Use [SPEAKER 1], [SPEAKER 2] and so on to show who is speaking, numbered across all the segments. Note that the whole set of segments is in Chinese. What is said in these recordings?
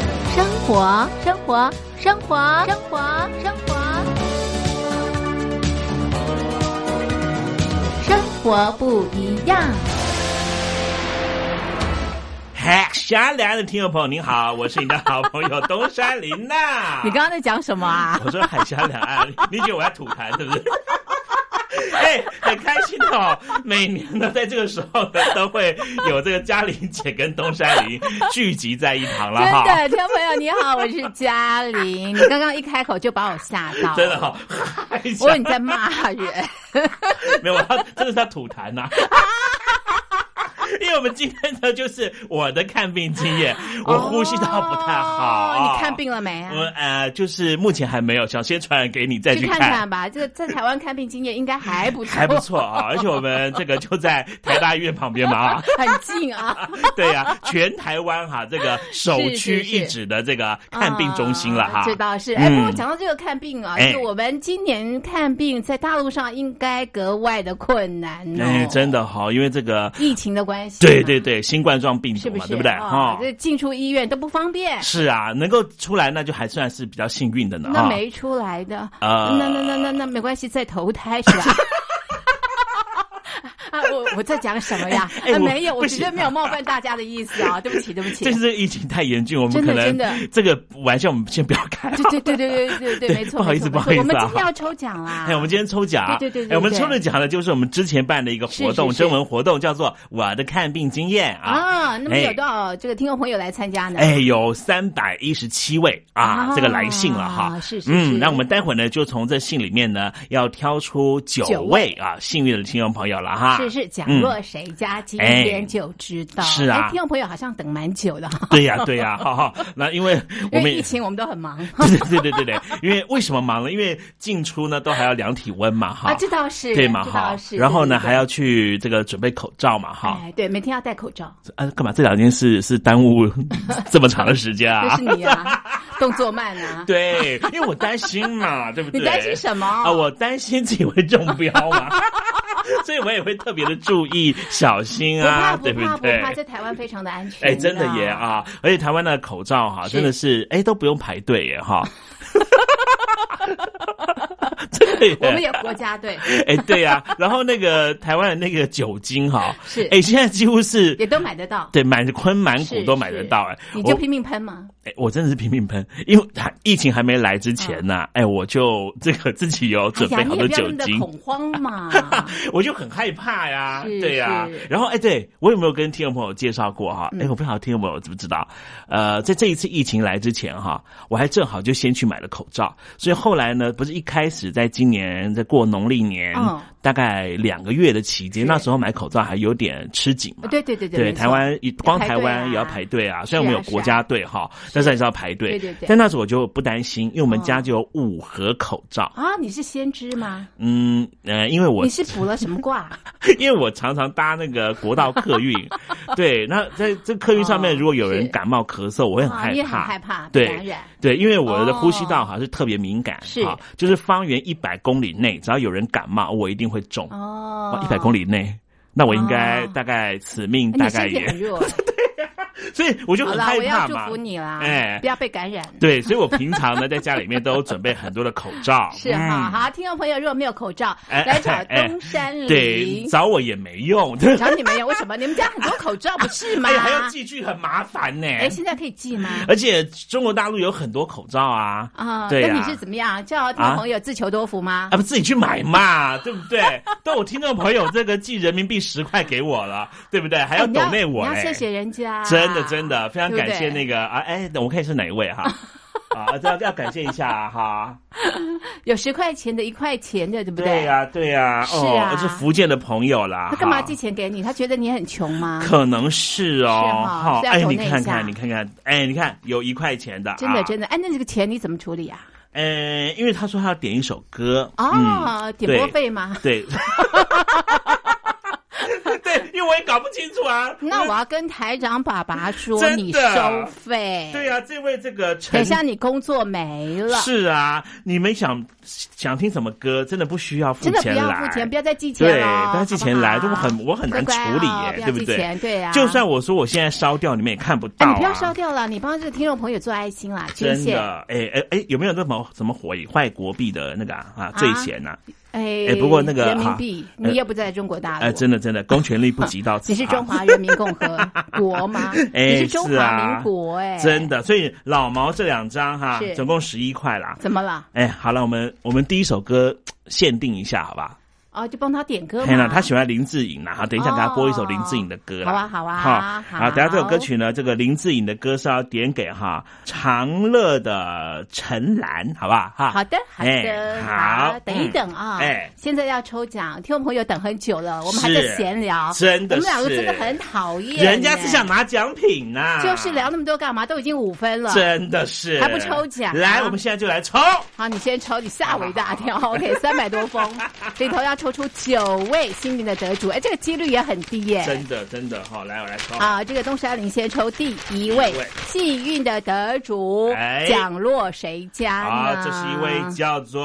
[SPEAKER 1] 活，生活，生活，生活，生活，生活不一样。
[SPEAKER 2] 嗨，山来的听众朋友您好，我是你的好朋友东山林呐、
[SPEAKER 1] 你刚刚在讲什么啊？
[SPEAKER 2] 我说海峡两岸，你觉得我要吐痰对不对？ 哎，很开心的哦！每年呢，在这个时候呢，都会有这个嘉玲姐跟东山林聚集在一堂了
[SPEAKER 1] 真
[SPEAKER 2] 哈。
[SPEAKER 1] 的，听众朋友你好，我是嘉玲。你刚刚一开口就把我吓 到，
[SPEAKER 2] 真的哈、哦，
[SPEAKER 1] 啊我以为你在骂人。
[SPEAKER 2] 没有，我要真的是要吐痰呐、 因为我们今天呢，就是我的看病经验，我呼吸道不太好。
[SPEAKER 1] 哦你看？病了没啊？
[SPEAKER 2] 我呃，就是目前还没有，想先传染给你再
[SPEAKER 1] 去
[SPEAKER 2] 去
[SPEAKER 1] 看看吧，这个在台湾看病经验应该还不 错，
[SPEAKER 2] 还不错啊，而且我们这个就在台大医院旁边嘛啊，
[SPEAKER 1] 很近啊。
[SPEAKER 2] 对呀、全台湾哈、这个首屈
[SPEAKER 1] 是是
[SPEAKER 2] 一指的这个看病中心了哈。
[SPEAKER 1] 啊这倒是。哎，不过
[SPEAKER 2] 嗯
[SPEAKER 1] 讲到这个看病啊，
[SPEAKER 2] 哎
[SPEAKER 1] 就我们今年看病在大陆上应该格外的困难哦，
[SPEAKER 2] 哎，真的哈、因为这个，
[SPEAKER 1] 疫情的关系，
[SPEAKER 2] 对对，对，新冠状病
[SPEAKER 1] 是
[SPEAKER 2] 毒
[SPEAKER 1] 不
[SPEAKER 2] 嘛，
[SPEAKER 1] 是？
[SPEAKER 2] 对不对？哦
[SPEAKER 1] 啊
[SPEAKER 2] 哈、
[SPEAKER 1] 这进出医院都不方便，
[SPEAKER 2] 是啊，能够出来那就还算是比较幸运的呢。
[SPEAKER 1] 那
[SPEAKER 2] 哈
[SPEAKER 1] 没出来的，
[SPEAKER 2] 啊
[SPEAKER 1] 那那那那那没关系，再投胎是吧？啊，我我在讲什么呀？
[SPEAKER 2] 哎哎
[SPEAKER 1] 啊
[SPEAKER 2] 我
[SPEAKER 1] 没有，我
[SPEAKER 2] 不
[SPEAKER 1] 绝
[SPEAKER 2] 行
[SPEAKER 1] 对没有冒犯大家的意思啊！对不起，对不起
[SPEAKER 2] 这。是疫情太严峻，我们
[SPEAKER 1] 真的
[SPEAKER 2] 可能
[SPEAKER 1] 真的
[SPEAKER 2] 这个玩笑我们先不要开。
[SPEAKER 1] 对对对对对对对，
[SPEAKER 2] 对
[SPEAKER 1] 没错，
[SPEAKER 2] 不好
[SPEAKER 1] 没
[SPEAKER 2] 意思
[SPEAKER 1] 错
[SPEAKER 2] 不好意思
[SPEAKER 1] 没
[SPEAKER 2] 啊
[SPEAKER 1] 错我们今天要抽奖啦！
[SPEAKER 2] 哎，我们今天抽奖啊，
[SPEAKER 1] 对对对对
[SPEAKER 2] 哎，我们
[SPEAKER 1] 对
[SPEAKER 2] 抽的奖呢，就是我们之前办的一个活动，
[SPEAKER 1] 是是是
[SPEAKER 2] 征文活动，叫做“我的看病经验”啊。
[SPEAKER 1] 啊，那么有
[SPEAKER 2] 哎
[SPEAKER 1] 多少这个听众朋友来参加呢？
[SPEAKER 2] 哎，有三百一十七位啊，这个来信了哈
[SPEAKER 1] 啊。是是是
[SPEAKER 2] 嗯，那我们待会儿呢，就从这信里面呢，要挑出九
[SPEAKER 1] 九
[SPEAKER 2] 位啊幸运的听众朋友了哈。
[SPEAKER 1] 是是，讲落谁家今天就知道。
[SPEAKER 2] 是啊
[SPEAKER 1] 哎听众朋友好像等蛮久的哈，
[SPEAKER 2] 对呀，对呀，哈 哈。那因为我们
[SPEAKER 1] 因为疫情我们都很忙
[SPEAKER 2] 对对对对对，因为为什么忙呢？因为进出呢都还要量体温嘛哈。
[SPEAKER 1] 啊，这倒是
[SPEAKER 2] 对嘛
[SPEAKER 1] 这
[SPEAKER 2] 哈
[SPEAKER 1] 倒，是。
[SPEAKER 2] 然后呢
[SPEAKER 1] 对对对
[SPEAKER 2] 还要去这个准备口罩嘛哈，
[SPEAKER 1] 哎，对，每天要戴口罩，
[SPEAKER 2] 啊干嘛这两件事是耽误这么长的时间
[SPEAKER 1] 就
[SPEAKER 2] 啊
[SPEAKER 1] 是？你啊，动作慢啊。
[SPEAKER 2] 对，因为我担心嘛， 对不对？
[SPEAKER 1] 你担心什么
[SPEAKER 2] 啊？我担心自己会中标 嘛，所以我也会特别的注意小心
[SPEAKER 1] 不
[SPEAKER 2] 啊，
[SPEAKER 1] 怕不
[SPEAKER 2] 对不
[SPEAKER 1] 怕不
[SPEAKER 2] 对？
[SPEAKER 1] 怕，在台湾非常的安全。
[SPEAKER 2] 哎，真的耶
[SPEAKER 1] 你知道吗！
[SPEAKER 2] 啊！而且台湾的口罩哈、
[SPEAKER 1] 是
[SPEAKER 2] 真的是哎都不用排队耶 哈。真的耶，
[SPEAKER 1] 我们也国家队，
[SPEAKER 2] 哎对呀、然后那个台湾的那个酒精哈、
[SPEAKER 1] 是
[SPEAKER 2] 哎现在几乎是
[SPEAKER 1] 也都买得到，
[SPEAKER 2] 对满昆满谷
[SPEAKER 1] 是
[SPEAKER 2] 都买得到哎、
[SPEAKER 1] 你
[SPEAKER 2] 我
[SPEAKER 1] 就拼命喷嘛。
[SPEAKER 2] 哎我真的是拼命喷，因为还疫情还没来之前呢、哎我就 这个自己有
[SPEAKER 1] 嗯哎
[SPEAKER 2] 准
[SPEAKER 1] 呀，
[SPEAKER 2] 备
[SPEAKER 1] 你
[SPEAKER 2] 好
[SPEAKER 1] 也
[SPEAKER 2] 多
[SPEAKER 1] 不要
[SPEAKER 2] 酒
[SPEAKER 1] 那么的
[SPEAKER 2] 精，
[SPEAKER 1] 恐慌 嘛。
[SPEAKER 2] 我就很害怕呀，
[SPEAKER 1] 是
[SPEAKER 2] 对呀
[SPEAKER 1] 是。嗯
[SPEAKER 2] 然后哎，对我有没有跟听众朋友介绍过哈？哎，我不晓得听众朋友知不知道？呃，在这一次疫情来之前哈，我还正好就先去买了口罩，所以后来呢，不是一开始在今年在过农历年
[SPEAKER 1] 嗯
[SPEAKER 2] 大概两个月的期间，那时候买口罩还有点吃紧嘛。
[SPEAKER 1] 对对对
[SPEAKER 2] 对，
[SPEAKER 1] 没错
[SPEAKER 2] 台湾光台湾
[SPEAKER 1] 啊
[SPEAKER 2] 也要排队啊，虽
[SPEAKER 1] 啊
[SPEAKER 2] 然我们有国家队哈，但是还是要排队。
[SPEAKER 1] 对对嗯对
[SPEAKER 2] 但那时候我就不担心，因为我们家就有五盒口罩。
[SPEAKER 1] 啊，你是先知吗？
[SPEAKER 2] 嗯，呃，因为我
[SPEAKER 1] 你是卜了什么 卦？啊
[SPEAKER 2] 因为我常常搭那个国道客 运，对，那在这客运上面，
[SPEAKER 1] 哦
[SPEAKER 2] 如果有人
[SPEAKER 1] 是
[SPEAKER 2] 感冒咳嗽，我会很
[SPEAKER 1] 啊
[SPEAKER 2] 害
[SPEAKER 1] 你也很
[SPEAKER 2] 怕，
[SPEAKER 1] 害怕被感
[SPEAKER 2] 对
[SPEAKER 1] 染。
[SPEAKER 2] 对，因为我的呼吸道哈是特别敏感，
[SPEAKER 1] 是
[SPEAKER 2] 哈就是方圆一百公里内，只要有人感冒，我一定会中。
[SPEAKER 1] 哦，
[SPEAKER 2] 一百公
[SPEAKER 1] 里，
[SPEAKER 2] 里内，那我应该
[SPEAKER 1] 哦
[SPEAKER 2] 大概此命
[SPEAKER 1] 你
[SPEAKER 2] 大概
[SPEAKER 1] 身体
[SPEAKER 2] 也，
[SPEAKER 1] 很弱。
[SPEAKER 2] 所以我就
[SPEAKER 1] 好
[SPEAKER 2] 很
[SPEAKER 1] 啦，
[SPEAKER 2] 害
[SPEAKER 1] 我要
[SPEAKER 2] 怕
[SPEAKER 1] 祝
[SPEAKER 2] 嘛
[SPEAKER 1] 福。你啦，
[SPEAKER 2] 哎
[SPEAKER 1] 不要被感染。
[SPEAKER 2] 对，所以我平常呢在家里面都准备很多的口罩，
[SPEAKER 1] 是哈，好，听众朋友，如果没有口罩，
[SPEAKER 2] 嗯哎
[SPEAKER 1] 来找
[SPEAKER 2] 哎哎
[SPEAKER 1] 东山
[SPEAKER 2] 嗯，对，
[SPEAKER 1] 林。
[SPEAKER 2] 找我也没用，
[SPEAKER 1] 找你们呀？为什么？你们家很多口罩不是吗
[SPEAKER 2] 哎？还要寄去很麻烦呢。
[SPEAKER 1] 哎，现在可以寄 吗？
[SPEAKER 2] 而且中国大陆有很多口罩啊，
[SPEAKER 1] 啊，
[SPEAKER 2] 对
[SPEAKER 1] 那
[SPEAKER 2] 呀、
[SPEAKER 1] 你是怎么样？叫听众朋友自求多福吗
[SPEAKER 2] 啊，？不自己去买嘛， 对不对？都有听众朋友这个寄人民币十块给我了，对不对？还要
[SPEAKER 1] 哎你
[SPEAKER 2] 抖内我
[SPEAKER 1] 你
[SPEAKER 2] 哎、
[SPEAKER 1] 要谢谢人家，
[SPEAKER 2] 真的真的，非常感谢那
[SPEAKER 1] 个。
[SPEAKER 2] 个啊，哎，我看是哪一位 哈。啊，这要要感谢一下啊哈！
[SPEAKER 1] 有十块钱的，一块钱 的，对不
[SPEAKER 2] 对呀、对呀、
[SPEAKER 1] 是
[SPEAKER 2] 哦，
[SPEAKER 1] 啊
[SPEAKER 2] 是福建的朋友啦。
[SPEAKER 1] 他干嘛
[SPEAKER 2] 哈
[SPEAKER 1] 寄钱给你？他觉得你很穷吗？
[SPEAKER 2] 可啊能是
[SPEAKER 1] 啊是
[SPEAKER 2] 哦，
[SPEAKER 1] 哈
[SPEAKER 2] 哈
[SPEAKER 1] 是要
[SPEAKER 2] 哎，
[SPEAKER 1] 抖
[SPEAKER 2] 你
[SPEAKER 1] 内一
[SPEAKER 2] 看
[SPEAKER 1] 下
[SPEAKER 2] 看，你看看，哎，你看有一块钱的，
[SPEAKER 1] 真的
[SPEAKER 2] 的，
[SPEAKER 1] 真的，哎，那这个钱你怎么处理啊？
[SPEAKER 2] 呃，因为他说他要点
[SPEAKER 1] 哦
[SPEAKER 2] 一首歌，嗯
[SPEAKER 1] 哦，点播
[SPEAKER 2] 对
[SPEAKER 1] 费吗？
[SPEAKER 2] 对，对，因为我也搞不清楚啊。
[SPEAKER 1] 那我要跟台长爸爸说，
[SPEAKER 2] 真的
[SPEAKER 1] 你收费。
[SPEAKER 2] 对啊，这位这个
[SPEAKER 1] 等
[SPEAKER 2] 陈
[SPEAKER 1] 一下你工作没了，
[SPEAKER 2] 是啊，你们想想听什么歌，真的不需要付
[SPEAKER 1] 真的不
[SPEAKER 2] 钱
[SPEAKER 1] 要
[SPEAKER 2] 来，
[SPEAKER 1] 付钱，不要再寄钱
[SPEAKER 2] 对，
[SPEAKER 1] 了，
[SPEAKER 2] 不要寄钱来，这
[SPEAKER 1] 好不
[SPEAKER 2] 我
[SPEAKER 1] 好
[SPEAKER 2] 很我很难处理
[SPEAKER 1] 乖乖哦
[SPEAKER 2] 耶，
[SPEAKER 1] 不要
[SPEAKER 2] 对不
[SPEAKER 1] 寄
[SPEAKER 2] 对？
[SPEAKER 1] 钱对啊，
[SPEAKER 2] 就算我说我现在烧掉，你们也看不到、
[SPEAKER 1] 哎，
[SPEAKER 2] 啊。
[SPEAKER 1] 你不要烧掉了，你帮这个听众朋友做爱心啦，捐
[SPEAKER 2] 真
[SPEAKER 1] 献
[SPEAKER 2] 的。，哎哎哎，有没有那么什么毁坏国币的那个啊啊罪嫌呐、啊？
[SPEAKER 1] 哎
[SPEAKER 2] 哎不过那个
[SPEAKER 1] 人民
[SPEAKER 2] 哈
[SPEAKER 1] 币，
[SPEAKER 2] 呃
[SPEAKER 1] 你也不在中国大
[SPEAKER 2] 哎、
[SPEAKER 1] 陆，
[SPEAKER 2] 真的真 的，公权力不及到此、
[SPEAKER 1] 你
[SPEAKER 2] 啊。
[SPEAKER 1] 是中华人民共和国吗？
[SPEAKER 2] 哎
[SPEAKER 1] 你是中
[SPEAKER 2] 是
[SPEAKER 1] 华
[SPEAKER 2] 啊
[SPEAKER 1] 民国哎，
[SPEAKER 2] 真的，所以老毛这两张哈
[SPEAKER 1] 是，
[SPEAKER 2] 总共十一块啦。
[SPEAKER 1] 怎么了？
[SPEAKER 2] 哎，好了，我们我们第一首歌嘖限定一下，好吧？
[SPEAKER 1] 哦，就帮他点歌
[SPEAKER 2] 嘿啦，
[SPEAKER 1] 嘛。
[SPEAKER 2] 哎他喜欢林志颖啦，好，等一下给他播一首
[SPEAKER 1] 哦
[SPEAKER 2] 林志颖的歌啦。
[SPEAKER 1] 好啊好啊好
[SPEAKER 2] 好，等一下这首歌曲呢，这个林志颖的歌是要点给哈长乐的陈岚，好吧？哈，
[SPEAKER 1] 好的，好的，
[SPEAKER 2] 哎好
[SPEAKER 1] 等一等啊！
[SPEAKER 2] 嗯哎
[SPEAKER 1] 现在要抽奖，听众朋友等很久了，我们还
[SPEAKER 2] 是
[SPEAKER 1] 在闲聊，
[SPEAKER 2] 真的
[SPEAKER 1] 我们两个
[SPEAKER 2] 是
[SPEAKER 1] 真的很讨厌耶，
[SPEAKER 2] 人家是想拿奖品呐、
[SPEAKER 1] 就是聊那么多干嘛？都已经五分了，
[SPEAKER 2] 真的是
[SPEAKER 1] 还不抽奖啊
[SPEAKER 2] 来，我们现在就来抽。
[SPEAKER 1] 好，你先抽，你吓我一 大跳。OK，三百多封，里头要抽出九位幸运的得主，哎，这个几率也很低耶。
[SPEAKER 2] 真的真的哈、来我来抽。
[SPEAKER 1] 啊，这个东石安林先抽第一位
[SPEAKER 2] 第一位
[SPEAKER 1] 幸运的得主，
[SPEAKER 2] 哎
[SPEAKER 1] 奖落谁家
[SPEAKER 2] 好，
[SPEAKER 1] 呢？
[SPEAKER 2] 这是一位叫做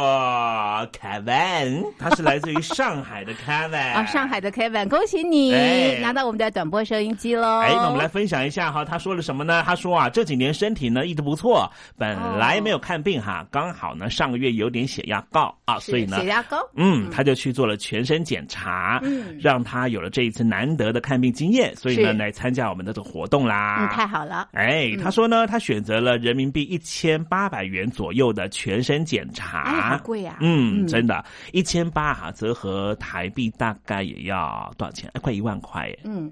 [SPEAKER 2] Kevin，他是来自于上海的 Kevin。
[SPEAKER 1] 啊，上。海的 Kevin，恭喜你、
[SPEAKER 2] 哎
[SPEAKER 1] 拿到我们的短波收音机喽！
[SPEAKER 2] 哎，那我们来分享一下哈，他说了什么呢？他说啊，这几年身体呢一直不错，本来没有看病哈，刚好呢上个月有点血压高啊，
[SPEAKER 1] 嗯是
[SPEAKER 2] 所以呢
[SPEAKER 1] 血压高，
[SPEAKER 2] 嗯，他就去做了全身检查，
[SPEAKER 1] 嗯
[SPEAKER 2] 让他有了这一次难得的看病经验，所以呢
[SPEAKER 1] 是
[SPEAKER 2] 来参加我们的这个活动
[SPEAKER 1] 嗯，
[SPEAKER 2] 啦。
[SPEAKER 1] 太好了，
[SPEAKER 2] 哎，他说呢，他选择了人民币一千八百元左右的全身检
[SPEAKER 1] 哎，好
[SPEAKER 2] 查。
[SPEAKER 1] 贵啊！
[SPEAKER 2] 嗯，真的，一千八哈，折合台币大概也要多少钱？哎，快一万块耶！
[SPEAKER 1] 嗯，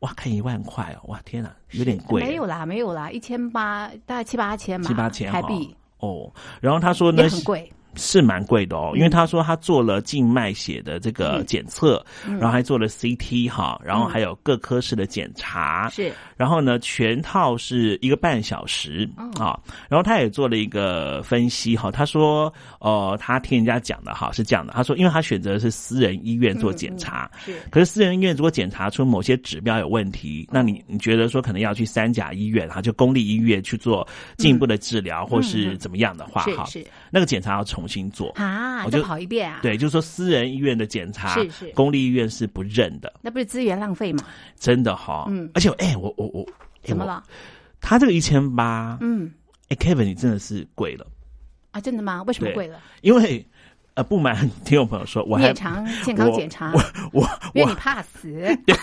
[SPEAKER 2] 哇，看一万块哦，哇，天哪，有点贵耶，
[SPEAKER 1] 没有啦，没有啦，一千八，大概七八千嘛，
[SPEAKER 2] 七八千
[SPEAKER 1] 台
[SPEAKER 2] 哦
[SPEAKER 1] 币
[SPEAKER 2] 哦。然后他说
[SPEAKER 1] 也
[SPEAKER 2] 呢，
[SPEAKER 1] 很贵，嗯
[SPEAKER 2] 是蛮贵的哦，因为他说他做了静脉血的这个检测，
[SPEAKER 1] 嗯
[SPEAKER 2] 然后还做了 CT 哈，然后还有各科室的检查，
[SPEAKER 1] 是
[SPEAKER 2] 然后呢全套是一个半小时
[SPEAKER 1] 哦
[SPEAKER 2] 啊，然后他也做了一个分析哈，他说呃他听人家讲的哈是这样的，他说因为他选择的是私人医院做检查，
[SPEAKER 1] 是
[SPEAKER 2] 可是私人医院如果检查出某些指标有问题，
[SPEAKER 1] 哦
[SPEAKER 2] 那你你觉得说可能要去三甲医院啊哈，就公立医院去做进一步的治疗、或是怎么样的话哈
[SPEAKER 1] 嗯是，是
[SPEAKER 2] 那个检查要重新做。
[SPEAKER 1] 啊，
[SPEAKER 2] 我
[SPEAKER 1] 再
[SPEAKER 2] 就
[SPEAKER 1] 跑一遍啊，，
[SPEAKER 2] 对，就是说私人医院的检查，
[SPEAKER 1] 是是
[SPEAKER 2] 公立医院是不认的，
[SPEAKER 1] 那不是资源浪费嘛？
[SPEAKER 2] 真的哈。
[SPEAKER 1] 嗯
[SPEAKER 2] 而且哎、我我我，哎
[SPEAKER 1] 怎么？
[SPEAKER 2] 我
[SPEAKER 1] 了？
[SPEAKER 2] 他这个一千八，
[SPEAKER 1] 嗯
[SPEAKER 2] 哎，Kevin，你真的是贵了，
[SPEAKER 1] 啊，真的吗？为什么
[SPEAKER 2] 对
[SPEAKER 1] 贵了？
[SPEAKER 2] 因为呃，不瞒 听众朋友说，我
[SPEAKER 1] 你
[SPEAKER 2] 还
[SPEAKER 1] 也常健康
[SPEAKER 2] 我
[SPEAKER 1] 检查，
[SPEAKER 2] 我
[SPEAKER 1] 因为
[SPEAKER 2] 我
[SPEAKER 1] 你怕 死，
[SPEAKER 2] 对，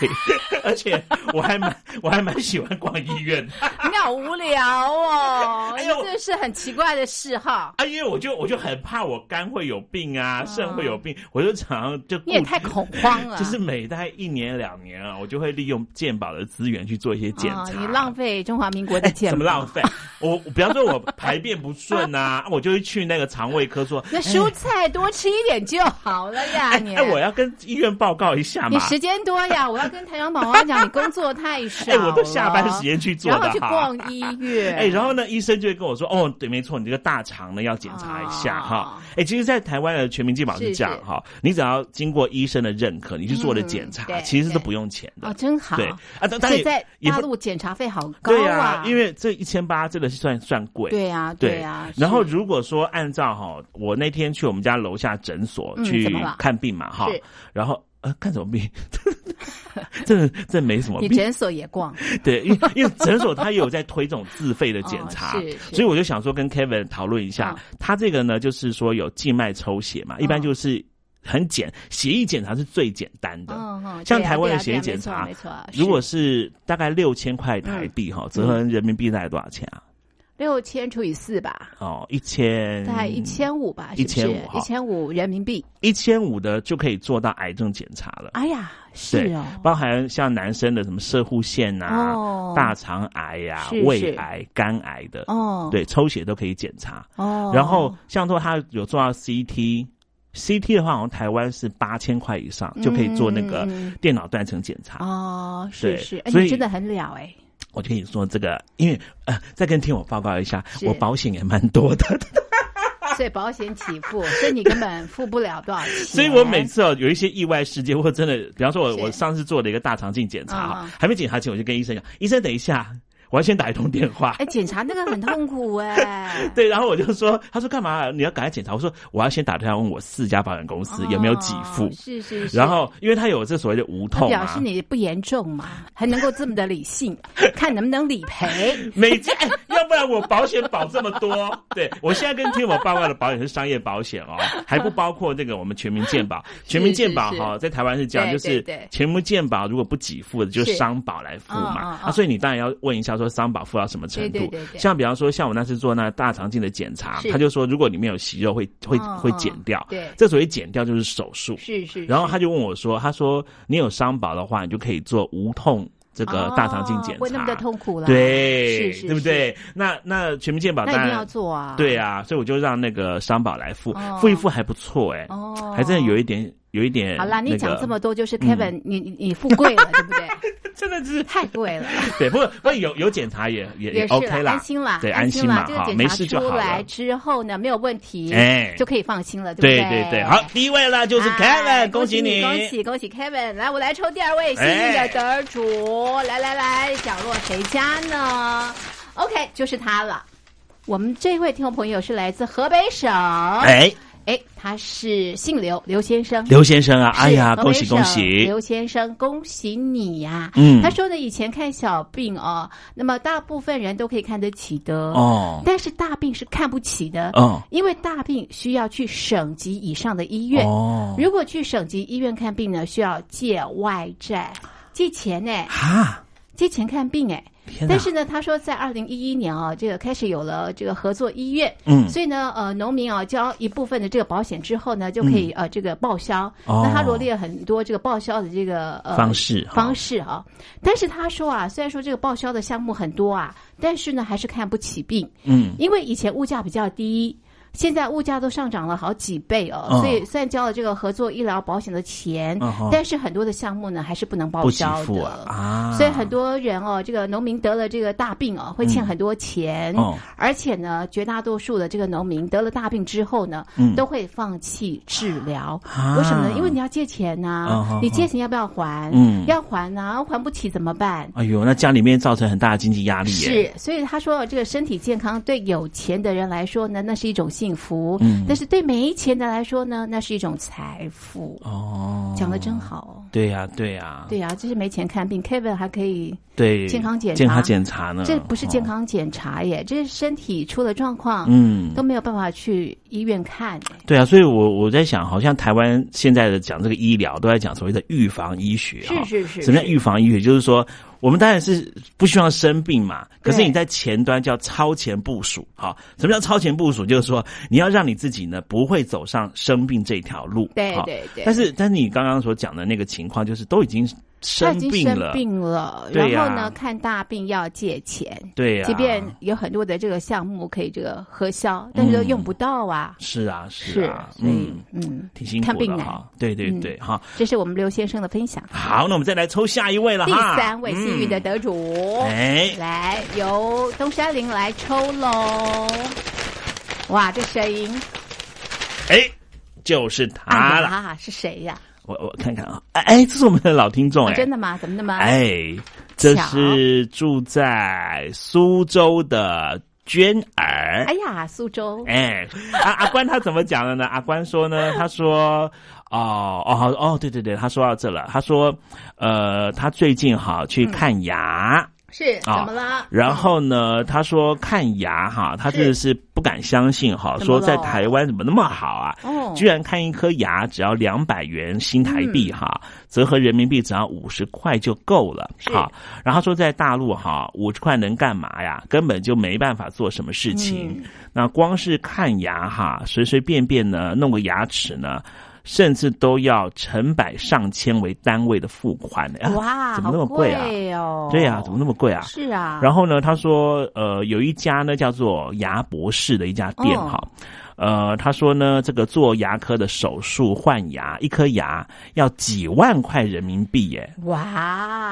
[SPEAKER 2] 而且我还蛮我还蛮喜欢逛医院的。
[SPEAKER 1] 你好无聊哦，
[SPEAKER 2] 哎
[SPEAKER 1] 你
[SPEAKER 2] 呦
[SPEAKER 1] 这是很奇怪的嗜好。
[SPEAKER 2] 啊，因为我就我就很怕我肝会有病啊，肾会有病，我就常常就
[SPEAKER 1] 哦你也
[SPEAKER 2] 顾
[SPEAKER 1] 太恐慌了，
[SPEAKER 2] 哦 就是每大概一年两年啊，我就会利用健保的资源去做一些检查。哎
[SPEAKER 1] 啊，你浪费中华民国的钱，
[SPEAKER 2] 怎么浪费？我我比方说我排便不顺啊， 我就会去那个肠胃科说，
[SPEAKER 1] 那哎蔬菜多吃一点就好了呀，
[SPEAKER 2] 哎
[SPEAKER 1] 你。
[SPEAKER 2] 哎，我要跟医院报告一下
[SPEAKER 1] 你
[SPEAKER 2] 嘛。
[SPEAKER 1] 时间多呀，我要跟台长 宝宝讲，你工作太少
[SPEAKER 2] 哎，
[SPEAKER 1] 了。
[SPEAKER 2] 我都下班时间去做
[SPEAKER 1] 然
[SPEAKER 2] 的
[SPEAKER 1] 后去
[SPEAKER 2] 哈。
[SPEAKER 1] 逛医院，
[SPEAKER 2] 哎，然后呢，医生就会跟我说，哦，对，没错，你这个大肠呢要检查一下
[SPEAKER 1] 哦
[SPEAKER 2] 哈。哎，其实，在台湾的全民健保
[SPEAKER 1] 是
[SPEAKER 2] 是这样
[SPEAKER 1] 是
[SPEAKER 2] 哈，你只要经过医生的认可，你去做的
[SPEAKER 1] 嗯
[SPEAKER 2] 检查
[SPEAKER 1] 对
[SPEAKER 2] 其实都
[SPEAKER 1] 对
[SPEAKER 2] 不用钱
[SPEAKER 1] 哦，
[SPEAKER 2] 的。
[SPEAKER 1] 真好。
[SPEAKER 2] 对啊，当当
[SPEAKER 1] 所
[SPEAKER 2] 然
[SPEAKER 1] 以在
[SPEAKER 2] 也也
[SPEAKER 1] 大
[SPEAKER 2] 不
[SPEAKER 1] 陆检查费好高
[SPEAKER 2] 对
[SPEAKER 1] 啊，
[SPEAKER 2] 因为这一千八真的是算算贵。
[SPEAKER 1] 对呀，
[SPEAKER 2] 对
[SPEAKER 1] 呀。
[SPEAKER 2] 然后
[SPEAKER 1] 是
[SPEAKER 2] 如果说按照哈，我那天去我们家楼下诊所
[SPEAKER 1] 嗯
[SPEAKER 2] 去
[SPEAKER 1] 怎么了
[SPEAKER 2] 看病嘛哈
[SPEAKER 1] 是，
[SPEAKER 2] 然后呃看什么病， 这这没什么
[SPEAKER 1] 你
[SPEAKER 2] 病，
[SPEAKER 1] 诊所也逛，
[SPEAKER 2] 对，因为因为诊所他也有在推这种自费的检查
[SPEAKER 1] 哦是，是
[SPEAKER 2] 所以我就想说跟 Kevin 讨论一下
[SPEAKER 1] 嗯，
[SPEAKER 2] 他这个呢就是说有静脉抽血嘛，一般
[SPEAKER 1] 嗯
[SPEAKER 2] 就是很简，血液检查是最简单的，
[SPEAKER 1] 嗯嗯，
[SPEAKER 2] 像
[SPEAKER 1] 对呀
[SPEAKER 2] 台湾的
[SPEAKER 1] 对呀
[SPEAKER 2] 血
[SPEAKER 1] 对呀
[SPEAKER 2] 液检查
[SPEAKER 1] 没错，没错
[SPEAKER 2] 如果是大概六千
[SPEAKER 1] 嗯
[SPEAKER 2] 块台币哈，折合人民币大概多少钱啊？
[SPEAKER 1] 六千除以四吧，
[SPEAKER 2] 哦，一千
[SPEAKER 1] 大概一千五吧，是不是
[SPEAKER 2] 1500哈
[SPEAKER 1] 一千五人民币。
[SPEAKER 2] 一千五的就可以做到癌症检查了。
[SPEAKER 1] 哎呀，是
[SPEAKER 2] 对
[SPEAKER 1] 哦，
[SPEAKER 2] 包含像男生的什么射护腺啊、
[SPEAKER 1] 哦
[SPEAKER 2] 大肠癌呀、
[SPEAKER 1] 是
[SPEAKER 2] 胃
[SPEAKER 1] 是
[SPEAKER 2] 癌、肝癌的，
[SPEAKER 1] 哦，
[SPEAKER 2] 对，抽血都可以检查。
[SPEAKER 1] 哦，
[SPEAKER 2] 然后像说他有做到 CT。CT 的话，好像台湾是八千块以上、就可以做那个
[SPEAKER 1] 嗯
[SPEAKER 2] 电脑断层检查。
[SPEAKER 1] 哦，是
[SPEAKER 2] 对
[SPEAKER 1] 是，哎，
[SPEAKER 2] 所
[SPEAKER 1] 你
[SPEAKER 2] 以
[SPEAKER 1] 真的很了 哎，
[SPEAKER 2] 我跟你说这个，因为呃，再跟听我报告一下，
[SPEAKER 1] 是
[SPEAKER 2] 我保险也蛮多的，
[SPEAKER 1] 所以保险起付，所以你根本付不了多少钱。
[SPEAKER 2] 所以我每次哦有一些意外事件，或真的，比方说我
[SPEAKER 1] 是
[SPEAKER 2] 我上次做了一个大肠镜检查哈
[SPEAKER 1] 嗯嗯，
[SPEAKER 2] 还没检查前我就跟医生讲，医生等一下，我要先打一通电话。
[SPEAKER 1] 哎，检查那个很痛苦哎、
[SPEAKER 2] 对，然后我就说，他说干嘛？你要赶快检查。我说我要先打电话问我四家保险公司有没有给付
[SPEAKER 1] 哦。是是是。
[SPEAKER 2] 然后，因为他有这所谓的无
[SPEAKER 1] 他
[SPEAKER 2] 痛
[SPEAKER 1] 表
[SPEAKER 2] 啊
[SPEAKER 1] 示，你不严重嘛，还能够这么的 理性，看能不能理赔。
[SPEAKER 2] 每家、哎 要不然我保险保这么多，对我现在跟听我报告的保险是商业保险 哦，还不包括那个我们全民健保。全民健保
[SPEAKER 1] 是
[SPEAKER 2] 哈、在台湾是这样，
[SPEAKER 1] 对
[SPEAKER 2] 就
[SPEAKER 1] 对
[SPEAKER 2] 是
[SPEAKER 1] 对
[SPEAKER 2] 全民健保如果不给付的，就是
[SPEAKER 1] 是
[SPEAKER 2] 商保来付嘛
[SPEAKER 1] 嗯嗯。嗯
[SPEAKER 2] 啊，所以你当然要问一下说商保付到什么程
[SPEAKER 1] 对对
[SPEAKER 2] 度
[SPEAKER 1] 对对。
[SPEAKER 2] 像比方说，像我那次做那大肠镜的检查
[SPEAKER 1] 是，
[SPEAKER 2] 他就说如果里面有息肉会会
[SPEAKER 1] 嗯
[SPEAKER 2] 会
[SPEAKER 1] 嗯
[SPEAKER 2] 减掉。
[SPEAKER 1] 对
[SPEAKER 2] 这所谓减掉就是手术。
[SPEAKER 1] 是是
[SPEAKER 2] 然后他就问我说：“他说你有伤保的话，你就可以做无痛这个大肠镜检查，
[SPEAKER 1] 哦不会那么的痛苦了。
[SPEAKER 2] 对，
[SPEAKER 1] 是是
[SPEAKER 2] 对不对？那那全民健保
[SPEAKER 1] 那
[SPEAKER 2] 当
[SPEAKER 1] 一定
[SPEAKER 2] 然
[SPEAKER 1] 要做啊。
[SPEAKER 2] 对啊，所以我就让那个商保来付，
[SPEAKER 1] 哦
[SPEAKER 2] 付一付还不错哎、
[SPEAKER 1] 哦
[SPEAKER 2] 还真的有一点有一点、那
[SPEAKER 1] 好
[SPEAKER 2] 个。嗯
[SPEAKER 1] 啦，你讲这么多，就是 Kevin，、你你你富贵了，对不对？
[SPEAKER 2] 真的是
[SPEAKER 1] 太贵了，
[SPEAKER 2] 对，不过不过有有检查也也
[SPEAKER 1] 也是
[SPEAKER 2] 哎 OK
[SPEAKER 1] 了，
[SPEAKER 2] 啦，
[SPEAKER 1] 安心啦，
[SPEAKER 2] 对
[SPEAKER 1] 安
[SPEAKER 2] 心嘛
[SPEAKER 1] 啦。这个
[SPEAKER 2] 哈，
[SPEAKER 1] 检
[SPEAKER 2] 没
[SPEAKER 1] 查
[SPEAKER 2] 事就
[SPEAKER 1] 出
[SPEAKER 2] 好
[SPEAKER 1] 来
[SPEAKER 2] 了。
[SPEAKER 1] 之后呢，没有问题，
[SPEAKER 2] 哎
[SPEAKER 1] 就可以放心了，不
[SPEAKER 2] 对
[SPEAKER 1] 对
[SPEAKER 2] 对，好，，第一位啦，就是 Kevin，
[SPEAKER 1] 哎恭
[SPEAKER 2] 喜
[SPEAKER 1] 你，恭喜恭喜 Kevin！来，我来抽第二位幸运
[SPEAKER 2] 哎
[SPEAKER 1] 的得主，来来来，角落谁家呢？OK，就是他了。我们这位听众朋友是来自河北省，哎，
[SPEAKER 2] 哎，
[SPEAKER 1] 他是姓刘，刘先生。
[SPEAKER 2] 刘先生啊，哎呀，
[SPEAKER 1] 是
[SPEAKER 2] 恭喜恭
[SPEAKER 1] 河北省
[SPEAKER 2] 喜！
[SPEAKER 1] 刘先生，恭喜你呀、
[SPEAKER 2] 嗯
[SPEAKER 1] 他说呢，以前看小病哦，那么大部分人都可以看得起的，
[SPEAKER 2] 哦
[SPEAKER 1] 但是大病是看不起的，
[SPEAKER 2] 哦
[SPEAKER 1] 因为大病需要去省级以上的医院。
[SPEAKER 2] 哦，
[SPEAKER 1] 如果去省级医院看病呢，需要借外债、借钱呢，
[SPEAKER 2] 哈，
[SPEAKER 1] 借钱看病哎。
[SPEAKER 2] 天哪！
[SPEAKER 1] 但是呢，他说在二零一一年啊，这个开始有了这个合作医院，
[SPEAKER 2] 嗯
[SPEAKER 1] 所以呢，呃，农民啊交一部分的这个保险之后呢，就可以、呃这个报销。
[SPEAKER 2] 嗯哦
[SPEAKER 1] 那他罗列了很多这个报销的这个呃
[SPEAKER 2] 方式哦
[SPEAKER 1] 方式啊，但是他说啊，虽然说这个报销的项目很多啊，但是呢还是看不起病，
[SPEAKER 2] 嗯，
[SPEAKER 1] 因为以前物价比较低。现在物价都上涨了好几倍哦，
[SPEAKER 2] 嗯
[SPEAKER 1] 所以虽然交了这个合作医疗保险的钱，
[SPEAKER 2] 嗯哼
[SPEAKER 1] 但是很多的项目呢还是不能报
[SPEAKER 2] 不给
[SPEAKER 1] 销
[SPEAKER 2] 付
[SPEAKER 1] 的。
[SPEAKER 2] 啊啊，
[SPEAKER 1] 所以很多人哦，这个农民得了这个大病哦，会欠
[SPEAKER 2] 嗯
[SPEAKER 1] 很多钱，
[SPEAKER 2] 哦
[SPEAKER 1] 而且呢，绝大多数的这个农民得了大病之后呢，
[SPEAKER 2] 嗯
[SPEAKER 1] 都会放弃治疗。
[SPEAKER 2] 啊
[SPEAKER 1] 为什么呢？因为你要借钱呐、
[SPEAKER 2] 哦哦
[SPEAKER 1] 你借钱要不要还？
[SPEAKER 2] 嗯
[SPEAKER 1] 要还呐、还不起怎么办？
[SPEAKER 2] 哎呦，那家里面造成很大的经济压力耶。
[SPEAKER 1] 是，所以他说，这个身体健康对有钱的人来说呢，那是一种幸福；
[SPEAKER 2] 嗯
[SPEAKER 1] 但是对没钱的来说呢，那是一种财富。
[SPEAKER 2] 哦，
[SPEAKER 1] 讲的真好哦。
[SPEAKER 2] 对呀、对呀、
[SPEAKER 1] 对呀、啊就是没钱看病，Kevin 还可以
[SPEAKER 2] 对
[SPEAKER 1] 健康检查
[SPEAKER 2] 健康检查呢？
[SPEAKER 1] 这不是健
[SPEAKER 2] 哦，
[SPEAKER 1] 康啊检查耶，这是身体出了状况，
[SPEAKER 2] 嗯
[SPEAKER 1] 都。没有办法去医院看耶。
[SPEAKER 2] 对啊，所以我我在想，好像台湾现在的讲这个医疗，都在讲所谓的预防医学哈、
[SPEAKER 1] 是是
[SPEAKER 2] 什么叫预防医学？就是说，我们当然是不希望生病嘛，可是
[SPEAKER 1] 对
[SPEAKER 2] 你在前端叫超前部署。好、什么叫超前部署？就是说，你要让你自己呢不会走上生病这条路。
[SPEAKER 1] 对
[SPEAKER 2] 好
[SPEAKER 1] 对对
[SPEAKER 2] 但是，但是你刚刚所讲的那个情况，就是都已经
[SPEAKER 1] 他
[SPEAKER 2] 生
[SPEAKER 1] 已经
[SPEAKER 2] 病
[SPEAKER 1] 生
[SPEAKER 2] 了，
[SPEAKER 1] 病了，
[SPEAKER 2] 对呀
[SPEAKER 1] 然后呢，看大病要借钱，
[SPEAKER 2] 对呀、
[SPEAKER 1] 即便有很多的这个项目可以这个核销，但是
[SPEAKER 2] 嗯
[SPEAKER 1] 都用不到啊。
[SPEAKER 2] 是啊，
[SPEAKER 1] 是
[SPEAKER 2] 是啊，，
[SPEAKER 1] 所以
[SPEAKER 2] 嗯，
[SPEAKER 1] 嗯，
[SPEAKER 2] 挺辛
[SPEAKER 1] 看
[SPEAKER 2] 苦
[SPEAKER 1] 病
[SPEAKER 2] 的
[SPEAKER 1] 难
[SPEAKER 2] 哈。对对
[SPEAKER 1] 嗯
[SPEAKER 2] 对，哈。
[SPEAKER 1] 这是我们刘先生的分享。
[SPEAKER 2] 好，那我们再来抽下一位了
[SPEAKER 1] 第
[SPEAKER 2] 啊哈。
[SPEAKER 1] 三位幸运的得主，
[SPEAKER 2] 嗯哎，
[SPEAKER 1] 来由东山林来抽喽！哇，这声音
[SPEAKER 2] 哎，就是他
[SPEAKER 1] 哎
[SPEAKER 2] 啊了。
[SPEAKER 1] 呀，是谁呀？
[SPEAKER 2] 我我看看啊，哎哎，这是我们的老听众
[SPEAKER 1] 啊
[SPEAKER 2] 哎，
[SPEAKER 1] 真的吗？怎么那么？
[SPEAKER 2] 哎，这是住在苏州的娟儿。
[SPEAKER 1] 哎呀，苏州，
[SPEAKER 2] 哎，阿阿关他怎么讲的呢？阿关说呢，他说，哦哦好哦，对对对，他说到这了，他说，呃，他最近哈去看牙，
[SPEAKER 1] 嗯是怎
[SPEAKER 2] 啊
[SPEAKER 1] 么了？
[SPEAKER 2] 然后呢，他说看牙哈，他真的是不敢相信哈，
[SPEAKER 1] 怎么
[SPEAKER 2] 说
[SPEAKER 1] 了
[SPEAKER 2] 在台湾怎么那么好啊？
[SPEAKER 1] 哦，
[SPEAKER 2] 居然看一颗牙只要两百元新台币
[SPEAKER 1] 嗯
[SPEAKER 2] 哈，折合人民币只要五十块就够了
[SPEAKER 1] 是
[SPEAKER 2] 哈。然后他说在大陆哈，五十块能干嘛呀？根本就没办法做什么事
[SPEAKER 1] 嗯
[SPEAKER 2] 情。那光是看牙哈，随随便便呢弄个牙齿呢，甚至都要成百上千为单位的付款呢。
[SPEAKER 1] 哇，
[SPEAKER 2] 怎么那么
[SPEAKER 1] 好
[SPEAKER 2] 贵
[SPEAKER 1] 贵
[SPEAKER 2] 啊？
[SPEAKER 1] 哦？
[SPEAKER 2] 对呀、怎么那么贵啊？
[SPEAKER 1] 是啊？
[SPEAKER 2] 然后呢，他说，呃，有一家呢叫做牙博士的一家店
[SPEAKER 1] 哦
[SPEAKER 2] 哈、呃，他说呢，这个做牙科的手术换牙，一颗牙要几万块人民币耶，
[SPEAKER 1] 哇，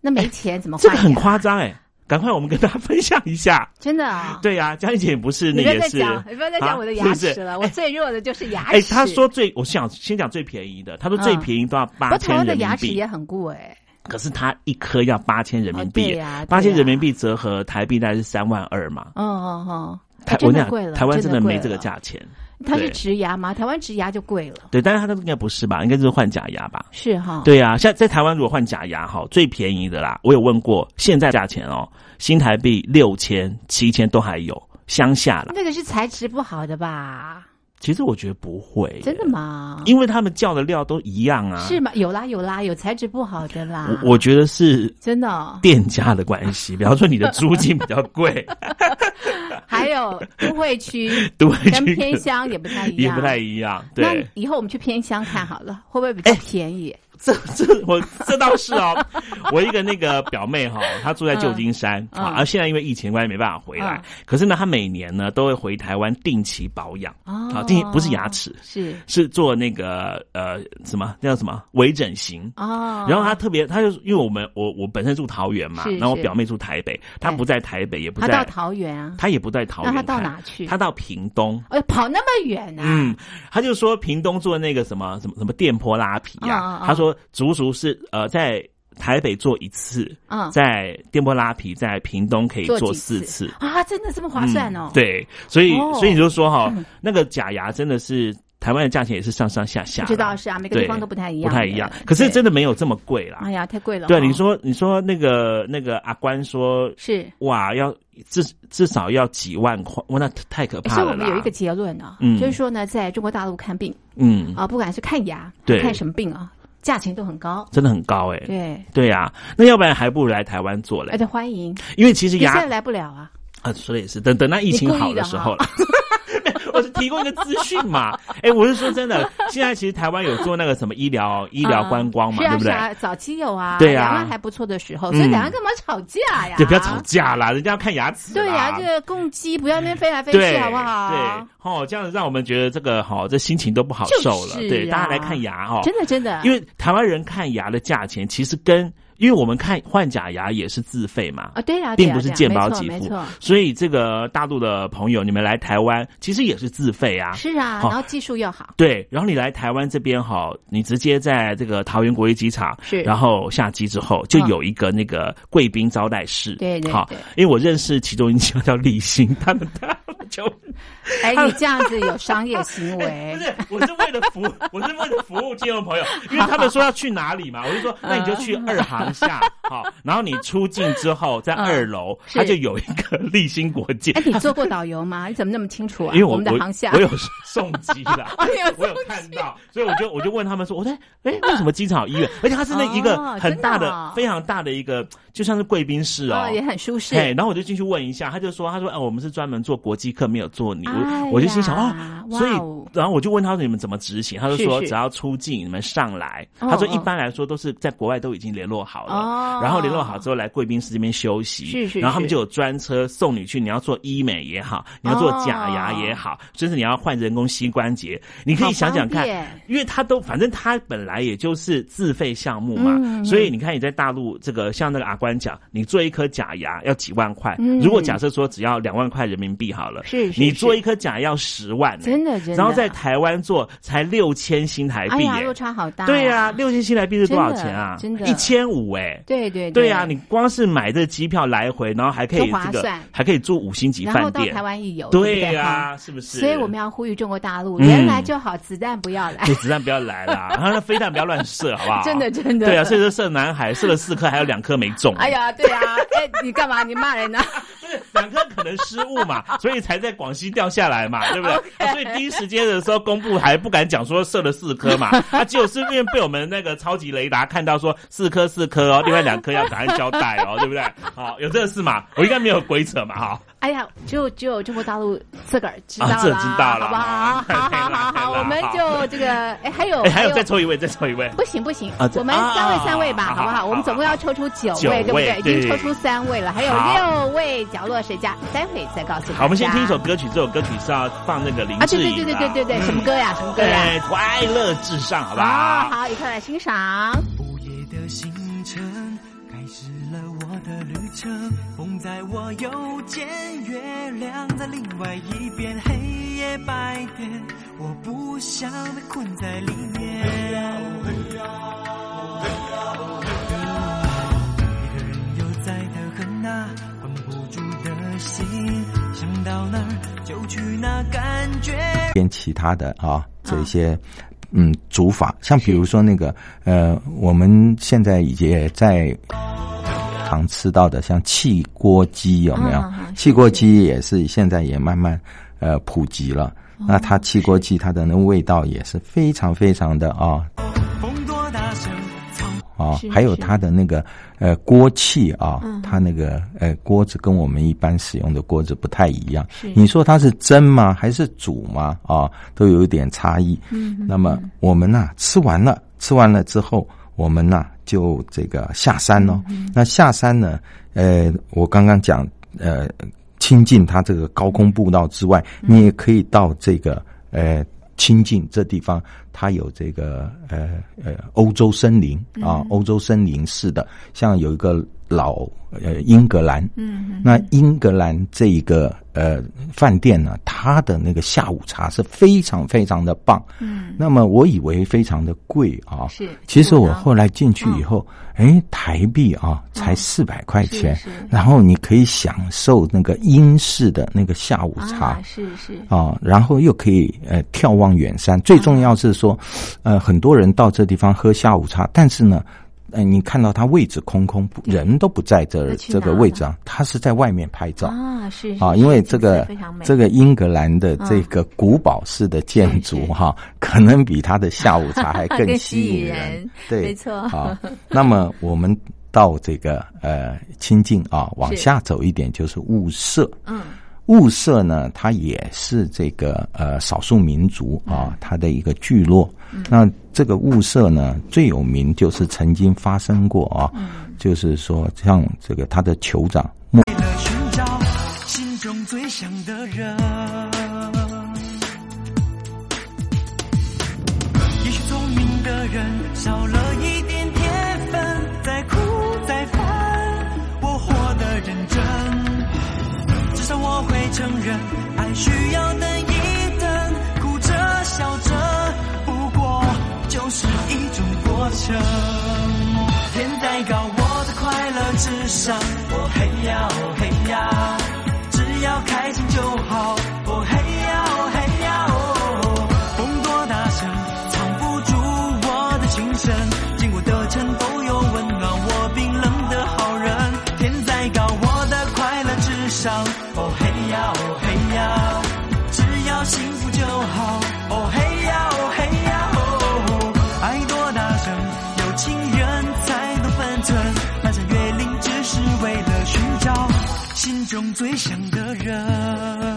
[SPEAKER 1] 那没钱怎 么
[SPEAKER 2] 这个很
[SPEAKER 1] 哦换呀
[SPEAKER 2] 夸张哎，赶快我们跟大家分享一下。
[SPEAKER 1] 真的啊。
[SPEAKER 2] 对呀、佳怡姐不是那
[SPEAKER 1] 你不要
[SPEAKER 2] 也
[SPEAKER 1] 再
[SPEAKER 2] 是，
[SPEAKER 1] 讲，你不要再
[SPEAKER 2] 啊
[SPEAKER 1] 讲我的牙
[SPEAKER 2] 是
[SPEAKER 1] 齿
[SPEAKER 2] 不是
[SPEAKER 1] 了，我最弱的就是牙齿。
[SPEAKER 2] 哎，他说最，我想先讲最便宜的，他说最
[SPEAKER 1] 嗯
[SPEAKER 2] 便宜都要
[SPEAKER 1] 不
[SPEAKER 2] 八
[SPEAKER 1] 过台
[SPEAKER 2] 千
[SPEAKER 1] 湾的
[SPEAKER 2] 人民
[SPEAKER 1] 牙齿
[SPEAKER 2] 币
[SPEAKER 1] 也，很贵哎，
[SPEAKER 2] 可是他一颗要八千人民
[SPEAKER 1] 哦
[SPEAKER 2] 币
[SPEAKER 1] 对呀
[SPEAKER 2] 耶，八千
[SPEAKER 1] 对呀
[SPEAKER 2] 人民币折合台币大概是三万二嘛。
[SPEAKER 1] 嗯嗯嗯，
[SPEAKER 2] 台
[SPEAKER 1] 哎
[SPEAKER 2] 我
[SPEAKER 1] 真
[SPEAKER 2] 跟
[SPEAKER 1] 的
[SPEAKER 2] 你
[SPEAKER 1] 贵了，
[SPEAKER 2] 讲，台湾真
[SPEAKER 1] 的贵
[SPEAKER 2] 没这个
[SPEAKER 1] 了。
[SPEAKER 2] 价钱。
[SPEAKER 1] 它是
[SPEAKER 2] 对
[SPEAKER 1] 植牙吗？台湾植牙就贵了，
[SPEAKER 2] 对，但是他那个应该不是吧？应该就是换假牙吧？
[SPEAKER 1] 是哈？，
[SPEAKER 2] 对呀、像在台湾如果换假牙哈，最便宜的啦，我有问过，现在价钱哦，新台币六千、七千都还有，乡下啦。
[SPEAKER 1] 那个是材质不好的吧？
[SPEAKER 2] 其实我觉得不会耶，
[SPEAKER 1] 真的吗？
[SPEAKER 2] 因为他们叫的料都一样啊。
[SPEAKER 1] 是吗？有啦有啦，有材质不好的啦。
[SPEAKER 2] 我我觉得是
[SPEAKER 1] 真的哦、
[SPEAKER 2] 店家的关系，比方说你的租金比较 贵，
[SPEAKER 1] 还有都会 区
[SPEAKER 2] 都会
[SPEAKER 1] 跟
[SPEAKER 2] 区
[SPEAKER 1] 偏乡也不太一
[SPEAKER 2] 也
[SPEAKER 1] 样，
[SPEAKER 2] 不太一样。
[SPEAKER 1] 那
[SPEAKER 2] 对，哎
[SPEAKER 1] 以后我们去偏乡看 好了，会不会比较便宜？
[SPEAKER 2] 这这 我这倒是哦。我一个那个表妹哈、她住在旧金山、
[SPEAKER 1] 嗯
[SPEAKER 2] 啊，
[SPEAKER 1] 嗯
[SPEAKER 2] 而现在因为疫情关系没办法回来，
[SPEAKER 1] 嗯
[SPEAKER 2] 可是呢，她每年呢都会回台湾定期保养、
[SPEAKER 1] 哦
[SPEAKER 2] 啊，定期不是牙齿，
[SPEAKER 1] 是
[SPEAKER 2] 是做那个呃什么那叫什么微整形。
[SPEAKER 1] 哦，
[SPEAKER 2] 然后她特别，她就因为我们我我本身住桃园嘛
[SPEAKER 1] 是，
[SPEAKER 2] 然后我
[SPEAKER 1] 是
[SPEAKER 2] 表妹住台北，她
[SPEAKER 1] 哎
[SPEAKER 2] 不在台北，也不
[SPEAKER 1] 他到
[SPEAKER 2] 在，
[SPEAKER 1] 桃园啊，
[SPEAKER 2] 她也不在桃
[SPEAKER 1] 那
[SPEAKER 2] 园
[SPEAKER 1] 他
[SPEAKER 2] 看，
[SPEAKER 1] 到哪去？
[SPEAKER 2] 她到屏东，
[SPEAKER 1] 哎，跑那么远啊？
[SPEAKER 2] 嗯，他就说屏东做那个什么什么什么电波拉皮
[SPEAKER 1] 嗯
[SPEAKER 2] 啊
[SPEAKER 1] 嗯，嗯
[SPEAKER 2] 他说足足是呃在台北做一次，
[SPEAKER 1] 嗯
[SPEAKER 2] 在电波拉皮在屏东可以
[SPEAKER 1] 做
[SPEAKER 2] 做
[SPEAKER 1] 几
[SPEAKER 2] 四
[SPEAKER 1] 次
[SPEAKER 2] 次，
[SPEAKER 1] 啊，真的这么划算哦？
[SPEAKER 2] 嗯，对，所以
[SPEAKER 1] 哦
[SPEAKER 2] 所以你就说哈，那个假牙真的是台湾的价钱也是上上下下啦，
[SPEAKER 1] 我知道是啊，每个地
[SPEAKER 2] 对
[SPEAKER 1] 方都不太一
[SPEAKER 2] 不
[SPEAKER 1] 样，
[SPEAKER 2] 太一样，可是
[SPEAKER 1] 对
[SPEAKER 2] 真的没有这么贵啦
[SPEAKER 1] 哎。呀，太贵了哦。
[SPEAKER 2] 对，你说你说那个那个阿关说。
[SPEAKER 1] 是，
[SPEAKER 2] 哇，要至至少要几万块，哇，那太可
[SPEAKER 1] 所
[SPEAKER 2] 怕
[SPEAKER 1] 以我
[SPEAKER 2] 了
[SPEAKER 1] 们
[SPEAKER 2] 啦！
[SPEAKER 1] 有一个结论啊，
[SPEAKER 2] 嗯
[SPEAKER 1] 就是说呢，在中国大陆看病
[SPEAKER 2] 嗯，
[SPEAKER 1] 啊，不管是看牙，
[SPEAKER 2] 对
[SPEAKER 1] 看什么病啊，价钱都很高。
[SPEAKER 2] 真的很高哎、
[SPEAKER 1] 对，
[SPEAKER 2] 对呀、那要不然还不如来台湾做
[SPEAKER 1] 而
[SPEAKER 2] 嘞，
[SPEAKER 1] 且欢迎，
[SPEAKER 2] 因为其实
[SPEAKER 1] 哎你现在
[SPEAKER 2] 牙
[SPEAKER 1] 来不了啊。
[SPEAKER 2] 啊，说的也是，等等那疫情好时候了。 我是提供一个资讯嘛，哎，我是说真的，现在其实台湾有做那个什么医
[SPEAKER 1] 嗯
[SPEAKER 2] 疗医疗观光嘛，
[SPEAKER 1] 是啊
[SPEAKER 2] 对不对？
[SPEAKER 1] 是啊，早期有啊，
[SPEAKER 2] 对啊
[SPEAKER 1] 两岸还不错的时候，所以
[SPEAKER 2] 嗯
[SPEAKER 1] 两岸干嘛吵架呀？
[SPEAKER 2] 就不要吵。架啦，人家要看牙齿啦。
[SPEAKER 1] 对呀，这个公鸡不要那边飞来飞去，
[SPEAKER 2] 对，
[SPEAKER 1] 好不啊好
[SPEAKER 2] 对？，哦，这样子让我们觉得这个好，这心情都不好
[SPEAKER 1] 就是
[SPEAKER 2] 受了。对，
[SPEAKER 1] 啊
[SPEAKER 2] 大家来看牙哦，
[SPEAKER 1] 真的真的，啊
[SPEAKER 2] 因为台湾人看牙的价钱其实跟，因为我们看换假牙也是自费嘛，
[SPEAKER 1] 啊，对呀，对
[SPEAKER 2] 并
[SPEAKER 1] 呀
[SPEAKER 2] 不是
[SPEAKER 1] 对呀
[SPEAKER 2] 健保给
[SPEAKER 1] 没错没
[SPEAKER 2] 付啊
[SPEAKER 1] 错，
[SPEAKER 2] 所以这个大陆的朋友，你们来台湾其实也是自费啊。
[SPEAKER 1] 是啊，
[SPEAKER 2] 好
[SPEAKER 1] 然后技术又好，
[SPEAKER 2] 对，然后你来台湾这边哈，你直接在这个桃园国际机场，
[SPEAKER 1] 是
[SPEAKER 2] 然后下机之后就有一个那个贵宾招待室，
[SPEAKER 1] 对对
[SPEAKER 2] 好
[SPEAKER 1] 对，
[SPEAKER 2] 因为我认识其中一家叫立新，他们他们 就
[SPEAKER 1] 哎，你这样子有商业行 为
[SPEAKER 2] 哎不，是，我是为了服，我是为了服务金融朋友，因为他们说要去哪里嘛，我就 说那你就去二航下，好，然后你出境之后在二楼，
[SPEAKER 1] 是
[SPEAKER 2] 它就有一个 立新国际
[SPEAKER 1] 哎，，你做过导游吗？你怎么那么清楚啊？
[SPEAKER 2] 因为我
[SPEAKER 1] 们的
[SPEAKER 2] 我
[SPEAKER 1] 航厦
[SPEAKER 2] 我有送机的
[SPEAKER 1] 哦你有，
[SPEAKER 2] 我有看到，所以我就我就问他们说，我在哎为什么机场有医院？而且它是那一个
[SPEAKER 1] 哦
[SPEAKER 2] 很大
[SPEAKER 1] 真的哦
[SPEAKER 2] 的、非常大的一个，就像是贵宾室哦
[SPEAKER 1] 啊，，也很舒适。
[SPEAKER 2] 哎，然后我就进去问一下，他就说，他说，哎，我们是专门做国际课，没有做你。
[SPEAKER 1] 哎
[SPEAKER 2] 我我就心想，
[SPEAKER 1] 呀
[SPEAKER 2] 哦，所以
[SPEAKER 1] 哇哦，
[SPEAKER 2] 然后我就问他说你们怎么执行，他就是说
[SPEAKER 1] 是
[SPEAKER 2] 只要出境你们上来，
[SPEAKER 1] 哦
[SPEAKER 2] 他说
[SPEAKER 1] 哦
[SPEAKER 2] 一般来说都是在国外都已经联络好
[SPEAKER 1] 哦
[SPEAKER 2] 了，然后联络好之后来贵宾室这边休息，
[SPEAKER 1] 是是
[SPEAKER 2] 然后他们
[SPEAKER 1] 是
[SPEAKER 2] 就有专车送你去，你要做医美也好，你要做假牙也好，甚至你要换人工膝关节，你可
[SPEAKER 1] 哦好
[SPEAKER 2] 以想想
[SPEAKER 1] 方
[SPEAKER 2] 看
[SPEAKER 1] 便，
[SPEAKER 2] 因为他都反正他本来也就是自费项目嘛，
[SPEAKER 1] 嗯
[SPEAKER 2] 所以你看你在大陆这个像那个阿关讲，你做一颗假牙要几万块，
[SPEAKER 1] 嗯
[SPEAKER 2] 如果假设说只要两万块人民币好了，
[SPEAKER 1] 是是
[SPEAKER 2] 你
[SPEAKER 1] 是
[SPEAKER 2] 做一颗假牙要十万、呢。
[SPEAKER 1] 真的真的，
[SPEAKER 2] 然后在台湾做才六千新台
[SPEAKER 1] 哎
[SPEAKER 2] 币、耶
[SPEAKER 1] 呀，落差好大。
[SPEAKER 2] 对呀、，六千新台币是多少钱啊？
[SPEAKER 1] 真的真的
[SPEAKER 2] 一千五哎。
[SPEAKER 1] 对对
[SPEAKER 2] 对呀、你光是买这机票来回，然后还可以
[SPEAKER 1] 就划
[SPEAKER 2] 这个
[SPEAKER 1] 算，
[SPEAKER 2] 还可以住五星级
[SPEAKER 1] 然后
[SPEAKER 2] 饭
[SPEAKER 1] 到
[SPEAKER 2] 店
[SPEAKER 1] 台，湾一游，
[SPEAKER 2] 对
[SPEAKER 1] 不
[SPEAKER 2] 呀、
[SPEAKER 1] 哈
[SPEAKER 2] 是不是？
[SPEAKER 1] 所以我们要呼吁中国大陆，
[SPEAKER 2] 嗯
[SPEAKER 1] 人来就好，子弹不要 来
[SPEAKER 2] 对。子弹不要来啦， 然后那飞弹不要乱射，好不好？
[SPEAKER 1] 真的真的
[SPEAKER 2] 对啊，所以说射南海射了四颗，还有两颗没中。
[SPEAKER 1] 哎，呀，对呀，哎，你干嘛？你骂人呢？
[SPEAKER 2] 不是两颗可能失误嘛，所以才在广西掉下来嘛，对不对
[SPEAKER 1] OK
[SPEAKER 2] 啊所以第一时间的时候公布还不敢讲说射了四颗嘛，啊，只有是因为被我们那个超级雷达看到说四颗四颗哦，另外两颗要赶快交代哦，对不对？好，有这个事嘛？我应该没有鬼扯嘛，哈。
[SPEAKER 1] 哎呀，只有只有中国大陆自个儿知道
[SPEAKER 2] 啊自个儿知道了
[SPEAKER 1] 好不好？
[SPEAKER 2] 对啦
[SPEAKER 1] 好好好
[SPEAKER 2] 对
[SPEAKER 1] 好，
[SPEAKER 2] 啦
[SPEAKER 1] 我们
[SPEAKER 2] 好
[SPEAKER 1] 就这个，哎，还有
[SPEAKER 2] 哎，还有再抽一位，再抽一位。
[SPEAKER 1] 不行不行
[SPEAKER 2] 啊，这
[SPEAKER 1] 我们
[SPEAKER 2] 啊
[SPEAKER 1] 三位三位吧，
[SPEAKER 2] 好
[SPEAKER 1] 好不
[SPEAKER 2] 好
[SPEAKER 1] 好？
[SPEAKER 2] 好
[SPEAKER 1] 我们总共要抽出九
[SPEAKER 2] 九
[SPEAKER 1] 位，对不
[SPEAKER 2] 位
[SPEAKER 1] 对？已经
[SPEAKER 2] 对
[SPEAKER 1] 抽出三位了，还有
[SPEAKER 2] 好
[SPEAKER 1] 六位角落谁家，待会再告诉大家。
[SPEAKER 2] 好，我们先听一首歌曲，这首歌曲是要放那个林
[SPEAKER 1] 啊，
[SPEAKER 2] 志
[SPEAKER 1] 对对
[SPEAKER 2] 颖
[SPEAKER 1] 对
[SPEAKER 2] 的
[SPEAKER 1] 对对对对，什么歌呀？什么歌呀？
[SPEAKER 2] 对，快乐至上，好不
[SPEAKER 1] 好
[SPEAKER 2] 好？
[SPEAKER 1] 好，一块来欣赏。
[SPEAKER 3] 午夜的星辰开始了我的旅程，梦在我右肩，月亮在另外一边，黑夜白天，我不想被困在里面。一个人悠哉的很呐，绷不住的心，想到哪儿就去哪，感觉。
[SPEAKER 4] 编其他的啊这些嗯组法，像比如说那个呃，我们现在也在常吃到的，像汽锅鸡有没有
[SPEAKER 1] 嗯嗯？嗯
[SPEAKER 4] 啊汽锅鸡也是现在也慢慢呃普及了。那它汽锅鸡它的那味道也是非常非常的啊
[SPEAKER 3] 风多大声，草
[SPEAKER 4] 啊
[SPEAKER 1] 是，
[SPEAKER 4] 还有
[SPEAKER 1] 是
[SPEAKER 4] 它的那个呃锅气啊
[SPEAKER 1] 嗯，
[SPEAKER 4] 它那个呃锅子跟我们一般使用的锅子不太一样。
[SPEAKER 1] 是
[SPEAKER 4] 你说它是蒸吗？还是煮吗？啊，都有一点差异。
[SPEAKER 1] 嗯，
[SPEAKER 4] 那么我们呢、吃完了，吃完了之后，我们呢、就这个下山喽、
[SPEAKER 1] 嗯
[SPEAKER 4] 那下山呢，呃，我刚刚讲，呃，亲近它这个高空步道之外，
[SPEAKER 1] 嗯
[SPEAKER 4] 你也可以到这个呃亲近这地方，它有这个呃呃欧洲森林啊，
[SPEAKER 1] 嗯
[SPEAKER 4] 欧洲森林式的，像有一个老呃英格兰，
[SPEAKER 1] 嗯
[SPEAKER 4] 那英格兰这一个呃饭店呢，它的那个下午茶是非常非常的棒。
[SPEAKER 1] 嗯，
[SPEAKER 4] 那么我以为非常的贵啊，
[SPEAKER 1] 是
[SPEAKER 4] 其实
[SPEAKER 1] 是
[SPEAKER 4] 我
[SPEAKER 1] 呢
[SPEAKER 4] 后来进去以后，哎、台币啊才四百块钱，
[SPEAKER 1] 嗯是是
[SPEAKER 4] 然后你可以享受那个英式的那个下午茶。
[SPEAKER 1] 啊，是是，
[SPEAKER 4] 啊，然后又可以呃眺望远
[SPEAKER 1] 啊
[SPEAKER 4] 山。最重要是说，呃，很多人到这地方喝下午茶，但是呢，呃，你看到他位置空空，不人都不在这
[SPEAKER 1] 那去
[SPEAKER 4] 这个
[SPEAKER 1] 哪
[SPEAKER 4] 位
[SPEAKER 1] 呢
[SPEAKER 4] 置啊，他是在外面拍照。
[SPEAKER 1] 啊，是
[SPEAKER 4] 啊，
[SPEAKER 1] 是
[SPEAKER 4] 因为
[SPEAKER 1] 是
[SPEAKER 4] 这
[SPEAKER 1] 景
[SPEAKER 4] 个
[SPEAKER 1] 色非常美
[SPEAKER 4] 这个英格兰的这
[SPEAKER 1] 嗯
[SPEAKER 4] 个古堡式的建筑
[SPEAKER 1] 是
[SPEAKER 4] 哈、可能比他的下午 茶还
[SPEAKER 1] 更
[SPEAKER 4] 吸
[SPEAKER 1] 吸
[SPEAKER 4] 引
[SPEAKER 1] 引
[SPEAKER 4] 人。
[SPEAKER 1] 人
[SPEAKER 4] 对，
[SPEAKER 1] 没错
[SPEAKER 4] 啊，那么我们到这个呃清境啊，往
[SPEAKER 1] 是
[SPEAKER 4] 下走一点就是雾社。
[SPEAKER 1] 嗯
[SPEAKER 4] 雾社呢，它也是这个呃少数民族
[SPEAKER 1] 嗯
[SPEAKER 4] 啊，它的一个聚落。那这个雾社呢，最有名就是曾经发生过啊，
[SPEAKER 1] 嗯
[SPEAKER 4] 就是说像这个他的酋长莫
[SPEAKER 3] 为了寻找心中最想的人。也许聪明的人少了一点天分，再苦再烦，我活得认真。至少我会承认，爱需要等一等，哭着笑着，不过就是一种过程。天再高，我的快乐至上。哦嘿呀，哦嘿呀，只要开心就好。哦嘿呀，哦嘿呀，哦，风多大声，藏不住我的心声。经过的城都有温暖我冰冷的好人。天再高，我的快乐至上。哦嘿呀，哦嘿呀，只要幸福就好。哦嘿呀，哦嘿呀，哦，爱多大声，有情人才懂分寸。翻山越岭只是为了寻找心中最想的人。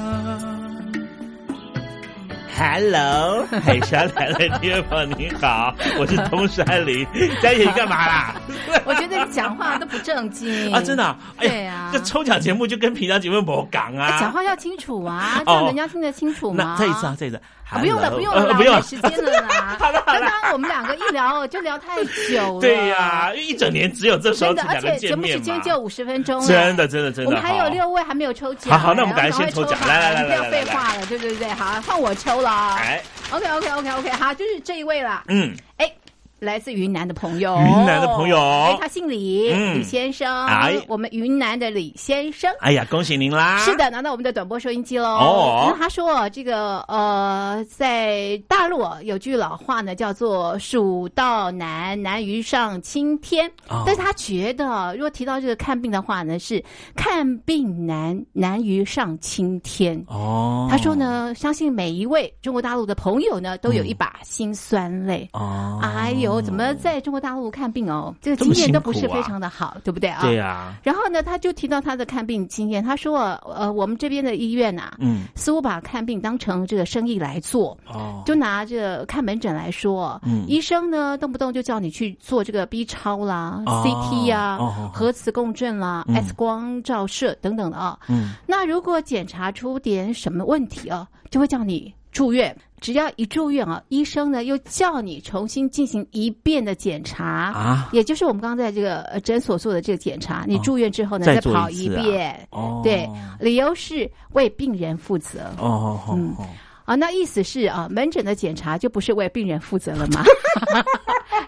[SPEAKER 2] Hello，海 峡来了，听众你好，我 是东山林。佳姐，你干嘛啦？
[SPEAKER 1] 我觉得你讲话都不正经
[SPEAKER 2] 啊，真的、啊，哎呀
[SPEAKER 1] 对啊
[SPEAKER 2] 这抽奖节目就跟平常节目不讲啊。
[SPEAKER 1] 哎讲话要清楚啊，这
[SPEAKER 2] 哦
[SPEAKER 1] 样人家听得清楚吗
[SPEAKER 2] 那？再一次啊，再一次。
[SPEAKER 1] 啊，不用了，
[SPEAKER 2] Hello
[SPEAKER 1] 不用了
[SPEAKER 2] 呃
[SPEAKER 1] 啦，
[SPEAKER 2] 不用了
[SPEAKER 1] 我们时间了 啦。
[SPEAKER 2] 好了好了
[SPEAKER 1] 刚刚我们两个一聊就聊太久了。
[SPEAKER 2] 对呀、因为一整年只有这时候
[SPEAKER 1] 真
[SPEAKER 2] 才
[SPEAKER 1] 的，而
[SPEAKER 2] 能
[SPEAKER 1] 且节
[SPEAKER 2] 见
[SPEAKER 1] 目
[SPEAKER 2] 面
[SPEAKER 1] 时
[SPEAKER 2] 嘛。
[SPEAKER 1] 间就五十分钟了。
[SPEAKER 2] 真的，真的，真的。
[SPEAKER 1] 我们还有
[SPEAKER 2] 好
[SPEAKER 1] 六位还没有抽奖。哎
[SPEAKER 2] 好好那我们赶快先抽
[SPEAKER 1] 抽
[SPEAKER 2] 奖
[SPEAKER 1] 吧
[SPEAKER 2] 来来来
[SPEAKER 1] 不要
[SPEAKER 2] 来来
[SPEAKER 1] 废
[SPEAKER 2] 来
[SPEAKER 1] 话了，对对对，好，换我抽了啊。
[SPEAKER 2] 哎，
[SPEAKER 1] OK OK OK OK，好，就是这一位了。
[SPEAKER 2] 嗯，
[SPEAKER 1] 哎，来自云南的朋友，
[SPEAKER 2] 云南的朋友
[SPEAKER 1] 哦哎，他姓李，
[SPEAKER 2] 嗯
[SPEAKER 1] 李先生，
[SPEAKER 2] 哎
[SPEAKER 1] 我们云南的李先生。
[SPEAKER 2] 哎呀，恭喜您啦！
[SPEAKER 1] 是，的，拿到我们的短波收音机喽。嗯
[SPEAKER 2] 哦
[SPEAKER 1] 那他说这个呃，在大陆啊有句老话呢，叫做“蜀道难，难于上青天”
[SPEAKER 2] 哦
[SPEAKER 1] 但是他觉得，如果提到这个看病的话呢，是“看病难，难于上青天”
[SPEAKER 2] 哦，
[SPEAKER 1] 他说，呢，相信每一位中国大陆的朋友呢，都有一把辛酸泪。
[SPEAKER 2] 哦，
[SPEAKER 1] 哎呦，怎么在中国大陆看病哦？这个
[SPEAKER 2] 这么
[SPEAKER 1] 经验
[SPEAKER 2] 辛
[SPEAKER 1] 都不
[SPEAKER 2] 苦
[SPEAKER 1] 是
[SPEAKER 2] 啊
[SPEAKER 1] 非常的好，对不对啊？
[SPEAKER 2] 对呀、
[SPEAKER 1] 然后呢，他就提到他的看病经验，他说：“呃，我们这边的医院呐、
[SPEAKER 2] 嗯，
[SPEAKER 1] 似乎把看病当成这个生意来做。
[SPEAKER 2] 哦，
[SPEAKER 1] 就拿这看门诊来说，
[SPEAKER 2] 嗯
[SPEAKER 1] 医生呢动不动就叫你去做这个 B 超啦、
[SPEAKER 2] 哦
[SPEAKER 1] CT 呀、
[SPEAKER 2] 哦哦
[SPEAKER 1] 核磁共振啦、
[SPEAKER 2] 嗯
[SPEAKER 1] X 光照射等等的啊。
[SPEAKER 2] 嗯，
[SPEAKER 1] 哦那如果检查出点什么问题啊，就会叫你住院。只要一住院啊，医生呢又叫你重新进行一遍的检查
[SPEAKER 2] 啊
[SPEAKER 1] 也就是我们刚刚在这个呃诊所做的这个检查。你
[SPEAKER 2] 哦
[SPEAKER 1] 住院之后呢，
[SPEAKER 2] 再
[SPEAKER 1] 再
[SPEAKER 2] 做
[SPEAKER 1] 跑
[SPEAKER 2] 一次啊
[SPEAKER 1] 遍。
[SPEAKER 2] 哦，
[SPEAKER 1] 对，理由是为病人负责
[SPEAKER 2] 哦哦哦哦，
[SPEAKER 1] 啊，那意思是啊，门诊的检查就不是为病人负责了吗？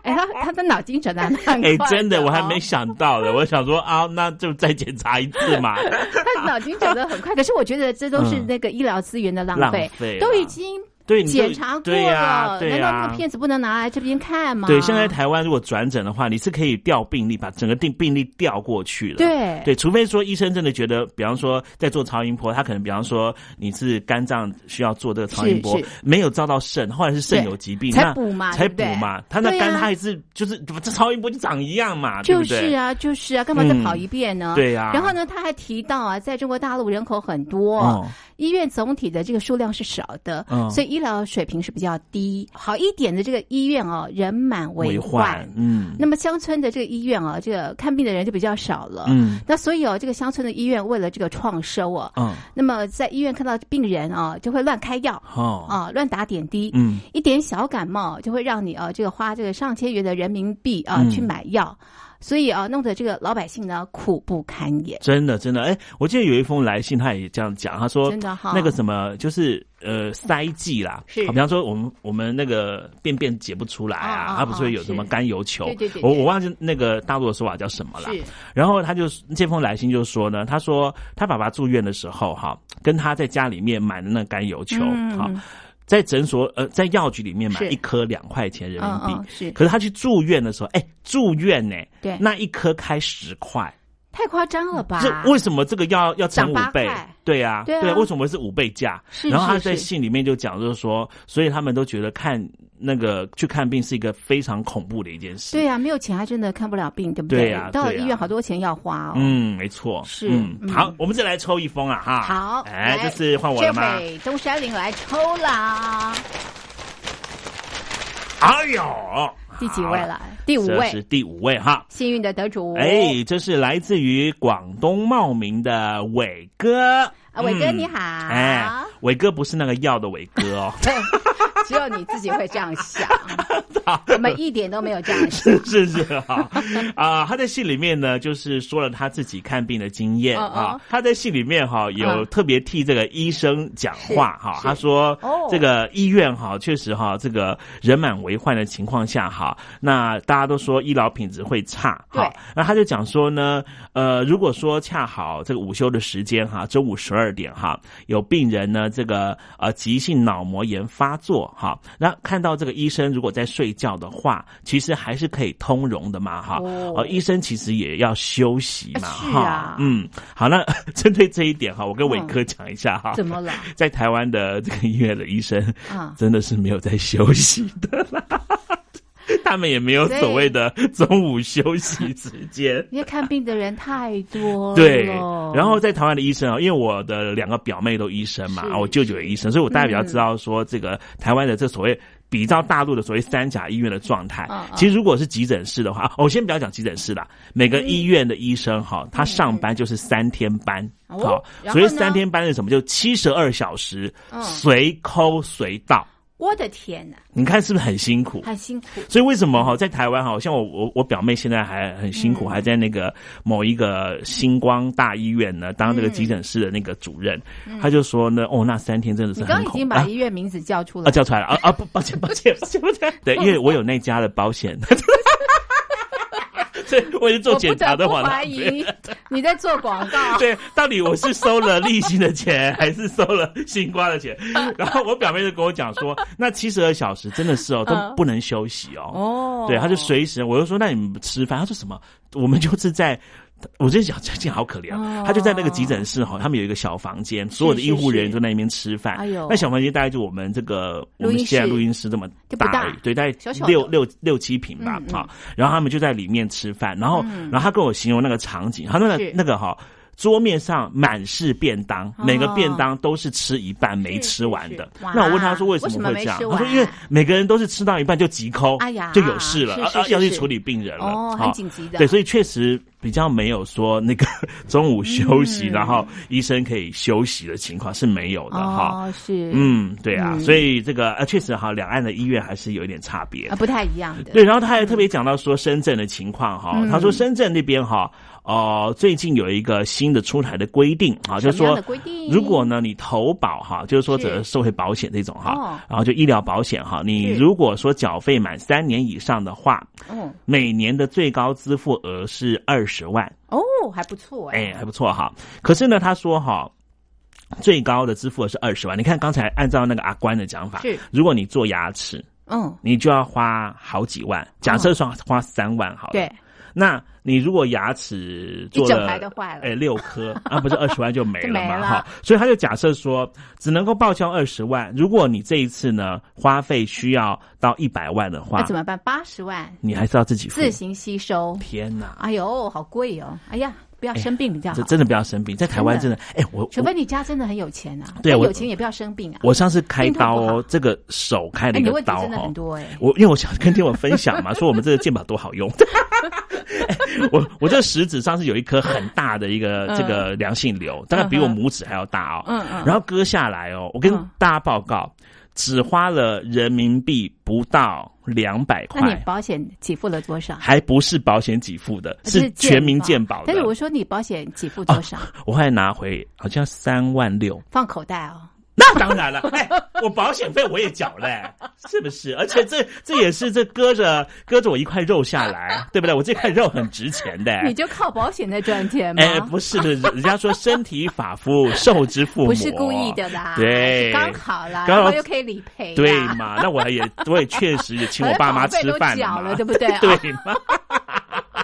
[SPEAKER 1] 哎，他他的脑筋转的哦蛮快
[SPEAKER 2] 哎，真的，
[SPEAKER 1] 的，
[SPEAKER 2] 我还没。想到呢。我想说啊，那就再检查一次嘛。
[SPEAKER 1] 他脑筋转的很快，可是我觉得这都是
[SPEAKER 2] 嗯
[SPEAKER 1] 那个医疗资源的浪
[SPEAKER 2] 浪
[SPEAKER 1] 费，
[SPEAKER 2] 费
[SPEAKER 1] 都已
[SPEAKER 2] 了
[SPEAKER 1] 经
[SPEAKER 2] 对，你就
[SPEAKER 1] 检查过
[SPEAKER 2] 对呀，
[SPEAKER 1] 了，
[SPEAKER 2] 对
[SPEAKER 1] 难道那
[SPEAKER 2] 呀
[SPEAKER 1] 个，片子不能拿来这边看吗？
[SPEAKER 2] 对，现在台湾如果转诊的话，你是可以调病例，把整个病病例调过去的。
[SPEAKER 1] 对
[SPEAKER 2] 对，除非说医生真的觉得，比方说在做超音波，他可能比方说你是肝脏需要做这个超音波
[SPEAKER 1] 是是，
[SPEAKER 2] 没有照到肾，或者是肾
[SPEAKER 1] 对
[SPEAKER 2] 有疾病，
[SPEAKER 1] 才
[SPEAKER 2] 那
[SPEAKER 1] 补嘛
[SPEAKER 2] 才
[SPEAKER 1] 对不
[SPEAKER 2] 补
[SPEAKER 1] 对
[SPEAKER 2] 嘛。他那
[SPEAKER 1] 对
[SPEAKER 2] 肝
[SPEAKER 1] 呀
[SPEAKER 2] 他还是就是这超音波就长一样嘛，对
[SPEAKER 1] 就
[SPEAKER 2] 不
[SPEAKER 1] 是
[SPEAKER 2] 对？
[SPEAKER 1] 啊，就是啊，干嘛再
[SPEAKER 2] 嗯
[SPEAKER 1] 跑一遍呢？
[SPEAKER 2] 对呀嗯
[SPEAKER 1] 然后呢，他还提到啊，在中国大陆人口很多，
[SPEAKER 2] 哦
[SPEAKER 1] 医院总体的这个数量是少的，
[SPEAKER 2] 嗯
[SPEAKER 1] 所以医疗水平是比较低。好一点的这个医院哦，人满为
[SPEAKER 2] 为
[SPEAKER 1] 患。
[SPEAKER 2] 患，嗯
[SPEAKER 1] 那么乡村的这个医院啊，这个看病的人就比较少了。
[SPEAKER 2] 嗯
[SPEAKER 1] 那所以哦，这个乡村的医院为了这个创收啊，
[SPEAKER 2] 嗯，
[SPEAKER 1] 那么在医院看到病人啊，就会乱开药
[SPEAKER 2] 好，
[SPEAKER 1] 啊，乱打点滴。
[SPEAKER 2] 哦嗯
[SPEAKER 1] 一点小感冒就会让你啊，这个花这个上千元的人民币啊、
[SPEAKER 2] 嗯
[SPEAKER 1] 去买药，所以啊，弄得这个老百姓呢苦不堪言。
[SPEAKER 2] 真的，真的，哎，我记得有一封来信，他也这样讲，他说
[SPEAKER 1] 真的哈
[SPEAKER 2] 那个什么，就是呃塞剂啦，
[SPEAKER 1] 是
[SPEAKER 2] 好比方说我们我们那个便便解不出来
[SPEAKER 1] 啊
[SPEAKER 2] 啊
[SPEAKER 1] 啊，
[SPEAKER 2] 它不是会有
[SPEAKER 1] 是
[SPEAKER 2] 什么甘油球？
[SPEAKER 1] 对对对对
[SPEAKER 2] 我我忘记那个大陆的说法叫什么了。
[SPEAKER 1] 是
[SPEAKER 2] 然后他就这封来信就说呢，他说他爸爸住院的时候哈，跟他在家里面买的那甘油球
[SPEAKER 1] 嗯
[SPEAKER 2] 哈，在诊所呃在药局里面买
[SPEAKER 1] 是
[SPEAKER 2] 一颗两块钱人民
[SPEAKER 1] 嗯嗯
[SPEAKER 2] 币，
[SPEAKER 1] 是
[SPEAKER 2] 可是他去住院的时候，哎，住院呢，
[SPEAKER 1] 对
[SPEAKER 2] 那一颗开十块。
[SPEAKER 1] 太夸张了吧？
[SPEAKER 2] 这为什么这个要要乘
[SPEAKER 1] 涨
[SPEAKER 2] 五
[SPEAKER 1] 八
[SPEAKER 2] 倍
[SPEAKER 1] 块？
[SPEAKER 2] 对啊，
[SPEAKER 1] 对啊
[SPEAKER 2] 为什么是五倍价？
[SPEAKER 1] 是
[SPEAKER 2] 然后他
[SPEAKER 1] 是
[SPEAKER 2] 在
[SPEAKER 1] 是
[SPEAKER 2] 信里面就讲，就是说，所以他们都觉得看那个去看病是一个非常恐怖的一件事。
[SPEAKER 1] 对呀、没有钱还真的看不了病，对不
[SPEAKER 2] 对呀
[SPEAKER 1] 到了
[SPEAKER 2] 对呀
[SPEAKER 1] 医院好多钱要花哦。
[SPEAKER 2] 嗯，没错，
[SPEAKER 1] 是
[SPEAKER 2] 嗯，
[SPEAKER 1] 嗯
[SPEAKER 2] 好，我们再来抽一封啊，哈，
[SPEAKER 1] 好，
[SPEAKER 2] 哎，
[SPEAKER 1] 来
[SPEAKER 2] 这次换我了吗？
[SPEAKER 1] 这回东山林来抽啦，
[SPEAKER 2] 哎呦，
[SPEAKER 1] 第几位
[SPEAKER 2] 好？
[SPEAKER 1] 了？第五
[SPEAKER 2] 这是
[SPEAKER 1] 位，
[SPEAKER 2] 第五位哈，
[SPEAKER 1] 幸运的得主。
[SPEAKER 2] 哎，这是来自于广东茂名的伟哥，
[SPEAKER 1] 啊，伟哥
[SPEAKER 2] 嗯
[SPEAKER 1] 你好，
[SPEAKER 2] 哎，伟哥不是那个药的伟哥哦，
[SPEAKER 1] 只有你自己会这样想， 我们一点都没有这样想。
[SPEAKER 2] 是是是 啊啊！他在戏里面呢，就是说了他自己看病的经验
[SPEAKER 1] 哦
[SPEAKER 2] 啊
[SPEAKER 1] 哦。
[SPEAKER 2] 他在戏里面哈，有
[SPEAKER 1] 嗯
[SPEAKER 2] 特别替这个医生讲话哈。
[SPEAKER 1] 是
[SPEAKER 2] 他说
[SPEAKER 1] 哦，
[SPEAKER 2] 这个医院哈，确实哈，这个人满为患的情况下哈，那大家都说医疗品质会差哈
[SPEAKER 1] 对。
[SPEAKER 2] 那他就讲说呢，呃，如果说恰好这个午休的时间哈，中午十二点哈，有病人呢这个呃急性脑膜炎发作哈，那看到这个医生如果在睡觉的话，其实还是可以通融的嘛哈。
[SPEAKER 1] 哦
[SPEAKER 2] 呃，医生其实也要休息嘛
[SPEAKER 1] 是
[SPEAKER 2] 哈。
[SPEAKER 1] 啊嗯
[SPEAKER 2] 嗯，好，那 针对这一点哈，我跟伟哥讲一下哈。
[SPEAKER 1] 怎么了？
[SPEAKER 2] 在台湾的这个医院的医生
[SPEAKER 1] 啊
[SPEAKER 2] 真的是没有在休息的啦。 他们也没有所谓的中午休息时间，
[SPEAKER 1] 因为看病的人太多了。
[SPEAKER 2] 对，然后在台湾的医生啊，因为我的两个表妹都医生嘛，
[SPEAKER 1] 是
[SPEAKER 2] 啊，我舅舅也医生，所以我大概比较知道说这个台湾的这所谓。比较大陆的所谓三甲医院的状态
[SPEAKER 1] 嗯，嗯
[SPEAKER 2] 其实如果是急诊室的话，哦，我先不要讲急诊室啦，每个医院的医生哈，他上班就是三天班，
[SPEAKER 1] 哦
[SPEAKER 2] 好，
[SPEAKER 1] 然后
[SPEAKER 2] 所
[SPEAKER 1] 呢
[SPEAKER 2] 以三天班是什么？就七十二小时
[SPEAKER 1] 嗯，
[SPEAKER 2] 随抠随到，
[SPEAKER 1] 我的天哪，
[SPEAKER 2] 你看是不是很辛苦？
[SPEAKER 1] 很辛苦。
[SPEAKER 2] 所以为什么哈，在台湾哈，像我我我表妹现在还很辛
[SPEAKER 1] 嗯
[SPEAKER 2] 苦，还在那个某一个星光大医院呢，当这个急诊室的那个主任，他就说呢，哦，那三天真的是
[SPEAKER 1] 嗯你
[SPEAKER 2] 很
[SPEAKER 1] 刚刚已
[SPEAKER 2] 恐
[SPEAKER 1] 经
[SPEAKER 2] 怖。
[SPEAKER 1] 把
[SPEAKER 2] 啊
[SPEAKER 1] 医院名字叫出
[SPEAKER 2] 啊，
[SPEAKER 1] 来，
[SPEAKER 2] 叫出来了啊啊！不，抱歉，抱歉，抱 歉，抱歉。 对，因为我有那家的保险， 所以我就做
[SPEAKER 1] 我不
[SPEAKER 2] 检查
[SPEAKER 1] 得
[SPEAKER 2] 的
[SPEAKER 1] 不
[SPEAKER 2] 话，
[SPEAKER 1] 怀疑 你在做广告。
[SPEAKER 2] 对，到底我是收了利息的钱， 还是收了新瓜的钱？然后我表妹就跟我讲说，那七十二小时真的是哦，
[SPEAKER 1] 嗯
[SPEAKER 2] 都不能休息 哦。
[SPEAKER 1] 哦
[SPEAKER 2] 对，他就随时，我就说那你们吃饭，他说什么？我们就是在。我真想，这件好可怜、啊。
[SPEAKER 1] 哦
[SPEAKER 2] 他就在那个急诊室哈，他们有一个小房间，所有的医护人员都在那边吃饭。
[SPEAKER 1] 是是哎呦
[SPEAKER 2] 那小房间大概就我们这个我
[SPEAKER 1] 录
[SPEAKER 2] 们
[SPEAKER 1] 音
[SPEAKER 2] 现在
[SPEAKER 1] 室
[SPEAKER 2] 录音室这么
[SPEAKER 1] 就不
[SPEAKER 2] 大
[SPEAKER 1] 大
[SPEAKER 2] 而已，对，大概
[SPEAKER 1] 小小的
[SPEAKER 2] 六六六七平吧
[SPEAKER 1] 嗯嗯
[SPEAKER 2] 啊。然后他们就在里面吃饭，然后然后他跟我形容那个场景，他那个
[SPEAKER 1] 是
[SPEAKER 2] 那个哈。桌面上满是便当，每个
[SPEAKER 1] 哦
[SPEAKER 2] 便当都是吃一半没
[SPEAKER 1] 是
[SPEAKER 2] 吃
[SPEAKER 1] 是
[SPEAKER 2] 完
[SPEAKER 1] 是
[SPEAKER 2] 的。
[SPEAKER 1] 哇
[SPEAKER 2] 那我问他说为
[SPEAKER 1] 为什
[SPEAKER 2] 么
[SPEAKER 1] 么
[SPEAKER 2] 会
[SPEAKER 1] 没
[SPEAKER 2] 这样？
[SPEAKER 1] 吃
[SPEAKER 2] 他说
[SPEAKER 1] 完
[SPEAKER 2] 因为每个人都是吃到一半就急抠，
[SPEAKER 1] 哎呀
[SPEAKER 2] 就有事了，
[SPEAKER 1] 是
[SPEAKER 2] 啊
[SPEAKER 1] 是
[SPEAKER 2] 啊
[SPEAKER 1] 是
[SPEAKER 2] 要去
[SPEAKER 1] 是
[SPEAKER 2] 处理病人了，
[SPEAKER 1] 哦，
[SPEAKER 2] 啊
[SPEAKER 1] 很紧急的。
[SPEAKER 2] 对，所以确实比较没有说那个 中午休息，然后医生可以休息的情况是没有的哈。
[SPEAKER 1] 嗯哦，是，
[SPEAKER 2] 嗯，对啊，
[SPEAKER 1] 嗯
[SPEAKER 2] 所以这个呃，确实哈，两岸的医院还是有一点差别
[SPEAKER 1] 啊，。不太一样的，
[SPEAKER 2] 对，然后他还特别讲到说深圳的情况哈，
[SPEAKER 1] 嗯
[SPEAKER 2] 他说深圳那边哈，呃，最近有一个新的出台的规定啊，就是
[SPEAKER 1] 什么
[SPEAKER 2] 说
[SPEAKER 1] 样的规定
[SPEAKER 2] 如果呢你投保哈，就是说这
[SPEAKER 1] 是
[SPEAKER 2] 社会保险这种
[SPEAKER 1] 哦
[SPEAKER 2] 哈，然后就医疗保险哈，你
[SPEAKER 1] 是
[SPEAKER 2] 如果说缴费满三年以上的话，
[SPEAKER 1] 嗯，
[SPEAKER 2] 每年的最高支付额是二十万，
[SPEAKER 1] 哦，还不错哎，
[SPEAKER 2] 哎，还不错哈。可是呢，他说哈。最高的支付额是二十万，你看刚才按照那个阿关的讲法，
[SPEAKER 1] 是
[SPEAKER 2] 如果你做牙齿，
[SPEAKER 1] 嗯，
[SPEAKER 2] 你就要花好几万。假设说花三万好了，啊
[SPEAKER 1] 对，
[SPEAKER 2] 那你如果牙齿做了
[SPEAKER 1] 一整排都坏了
[SPEAKER 2] 哎，六 颗，那不是二十万就没了
[SPEAKER 1] 就没
[SPEAKER 2] 嘛？
[SPEAKER 1] 了
[SPEAKER 2] 哈，所以他就假设说，只能够报销二十万。如果你这一次呢，花费需要到一百万的
[SPEAKER 1] 那
[SPEAKER 2] 话
[SPEAKER 1] 怎，么办？八十万
[SPEAKER 2] 你还是要自己付。
[SPEAKER 1] 自行吸收，
[SPEAKER 2] 天哪，
[SPEAKER 1] 哎呦，好贵哦，哎呀，不要生病比较好
[SPEAKER 2] 这，真的不要生病，在台湾真
[SPEAKER 1] 啊真
[SPEAKER 2] 的，
[SPEAKER 1] 的
[SPEAKER 2] 哎，我
[SPEAKER 1] 除非你家真的很有钱啊，
[SPEAKER 2] 对
[SPEAKER 1] 但
[SPEAKER 2] 我
[SPEAKER 1] 有钱也不要生病啊，
[SPEAKER 2] 我我上次开刀
[SPEAKER 1] 病痛不好
[SPEAKER 2] 哦，这个手开了
[SPEAKER 1] 哎，
[SPEAKER 2] 一
[SPEAKER 1] 你
[SPEAKER 2] 个
[SPEAKER 1] 问题
[SPEAKER 2] 刀
[SPEAKER 1] 真的
[SPEAKER 2] 哦
[SPEAKER 1] 很，多哎，
[SPEAKER 2] 我因为我想跟听我分享嘛，说我们这个健保多好用。 哎我我这食指上是有一颗很大的一个
[SPEAKER 1] 嗯
[SPEAKER 2] 这个良性瘤，大概比我拇指还要大哦。
[SPEAKER 1] 嗯嗯
[SPEAKER 2] 然后割下来哦，我跟
[SPEAKER 1] 嗯
[SPEAKER 2] 大家报告，只花了人民币不到两百
[SPEAKER 1] 那你
[SPEAKER 2] 块，
[SPEAKER 1] 保险给付了多少？
[SPEAKER 2] 还不是保险给付的，
[SPEAKER 1] 这
[SPEAKER 2] 是全民健保的。啊
[SPEAKER 1] 但是我说你保险给付多少？
[SPEAKER 2] 我后来拿回好像三万六。
[SPEAKER 1] 放口袋哦。
[SPEAKER 2] 那当然了，哎，我保险费我也缴嘞、是不是？而且这这也是这割着割着我一块肉下 来，对不对？我这块肉很值钱的、
[SPEAKER 1] 你就靠保险在赚钱吗？
[SPEAKER 2] 哎，不是的，人人家说身体发肤受之父母，
[SPEAKER 1] 不是故意的啦，
[SPEAKER 2] 对，
[SPEAKER 1] 是刚好啦，
[SPEAKER 2] 刚
[SPEAKER 1] 然
[SPEAKER 2] 好
[SPEAKER 1] 后又可以理赔啦，
[SPEAKER 2] 对嘛？那我也我也确实也请我爸妈吃饭
[SPEAKER 1] 反正保费都
[SPEAKER 2] 嘛
[SPEAKER 1] 缴了对不啊对
[SPEAKER 2] 对嘛？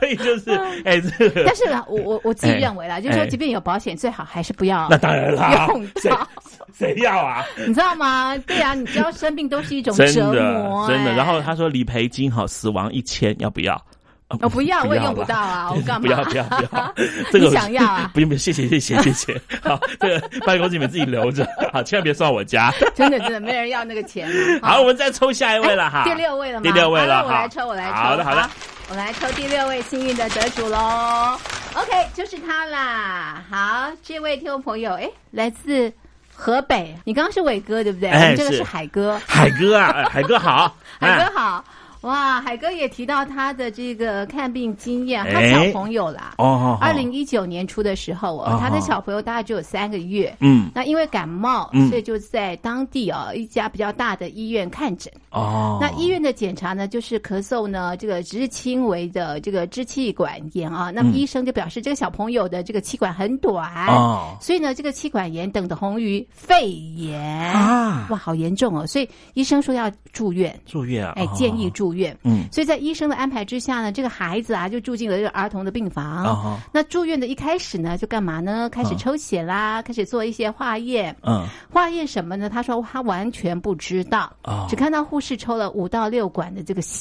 [SPEAKER 2] 所以就是，哎，这个
[SPEAKER 1] 但是啦，我我我自己
[SPEAKER 2] 哎
[SPEAKER 1] 认为啦，就是说，
[SPEAKER 2] 哎
[SPEAKER 1] 即便有保险，最好还是不要
[SPEAKER 2] 那当然啦
[SPEAKER 1] 用，
[SPEAKER 2] 谁
[SPEAKER 1] 到，
[SPEAKER 2] 谁要啊？
[SPEAKER 1] 你知道吗？对啊，你知道生病都是一种
[SPEAKER 2] 真
[SPEAKER 1] 折
[SPEAKER 2] 的
[SPEAKER 1] 磨，哎
[SPEAKER 2] 真的。然后他说理赔金好，死亡一千，要 不要？啊
[SPEAKER 1] 哦我不要，我也用不
[SPEAKER 2] 啦
[SPEAKER 1] 到啊，我干嘛？
[SPEAKER 2] 不要不要不 要，这个
[SPEAKER 1] 你想要 啊
[SPEAKER 2] 不用不用，谢谢谢谢谢谢。 好，这个办公室你们自己留着， 好，千万别算我 家。
[SPEAKER 1] 真的真的没人要那个钱啊。
[SPEAKER 2] 好，我们再抽下一位了哈，
[SPEAKER 1] 哎第六位了吗？
[SPEAKER 2] 第六位了
[SPEAKER 1] 好
[SPEAKER 2] 哈，
[SPEAKER 1] 我来抽，我来抽。
[SPEAKER 2] 好的好的，，
[SPEAKER 1] 我来抽第六位幸运的得主喽。OK，就是他啦。好，这位听众朋友，哎，来自河北，你刚刚是伟哥对不对？
[SPEAKER 2] 哎
[SPEAKER 1] 我们这个
[SPEAKER 2] 是
[SPEAKER 1] 是海哥，
[SPEAKER 2] 海哥啊，哎海哥好，
[SPEAKER 1] 海
[SPEAKER 2] 哎
[SPEAKER 1] 哥好。哇，海哥也提到他的这个看病经验，他
[SPEAKER 2] 哎
[SPEAKER 1] 小朋友啦，
[SPEAKER 2] 哦，
[SPEAKER 1] 二零一九年初的时候
[SPEAKER 2] 哦
[SPEAKER 1] 哦，他的小朋友大概只有三个月。
[SPEAKER 2] 嗯
[SPEAKER 1] 那因为感冒，
[SPEAKER 2] 嗯
[SPEAKER 1] 所以就在当地哦一家比较大的医院看诊。
[SPEAKER 2] 哦，
[SPEAKER 1] 那医院的检查呢，就是咳嗽呢，这个只是轻微的这个支气管炎啊。
[SPEAKER 2] 嗯
[SPEAKER 1] 那么医生就表示，这个小朋友的这个气管很短，
[SPEAKER 2] 哦
[SPEAKER 1] 所以呢，这个气管炎等同于肺炎
[SPEAKER 2] 啊
[SPEAKER 1] 哇，好严重哦！所以医生说要住院，
[SPEAKER 2] 住院啊，
[SPEAKER 1] 哎，
[SPEAKER 2] 哦
[SPEAKER 1] 建议住院。
[SPEAKER 2] 嗯
[SPEAKER 1] 所以在医生的安排之下呢，这个孩子啊就住进了这个儿童的病房。
[SPEAKER 2] 哦
[SPEAKER 1] 那住院的一开始呢，就干嘛呢？开始
[SPEAKER 2] 嗯
[SPEAKER 1] 抽血啦，开始做一些化验。
[SPEAKER 2] 嗯
[SPEAKER 1] 化验什么呢？他说他完全不知道，
[SPEAKER 2] 哦
[SPEAKER 1] 只看到护士抽了五到六管的这个血。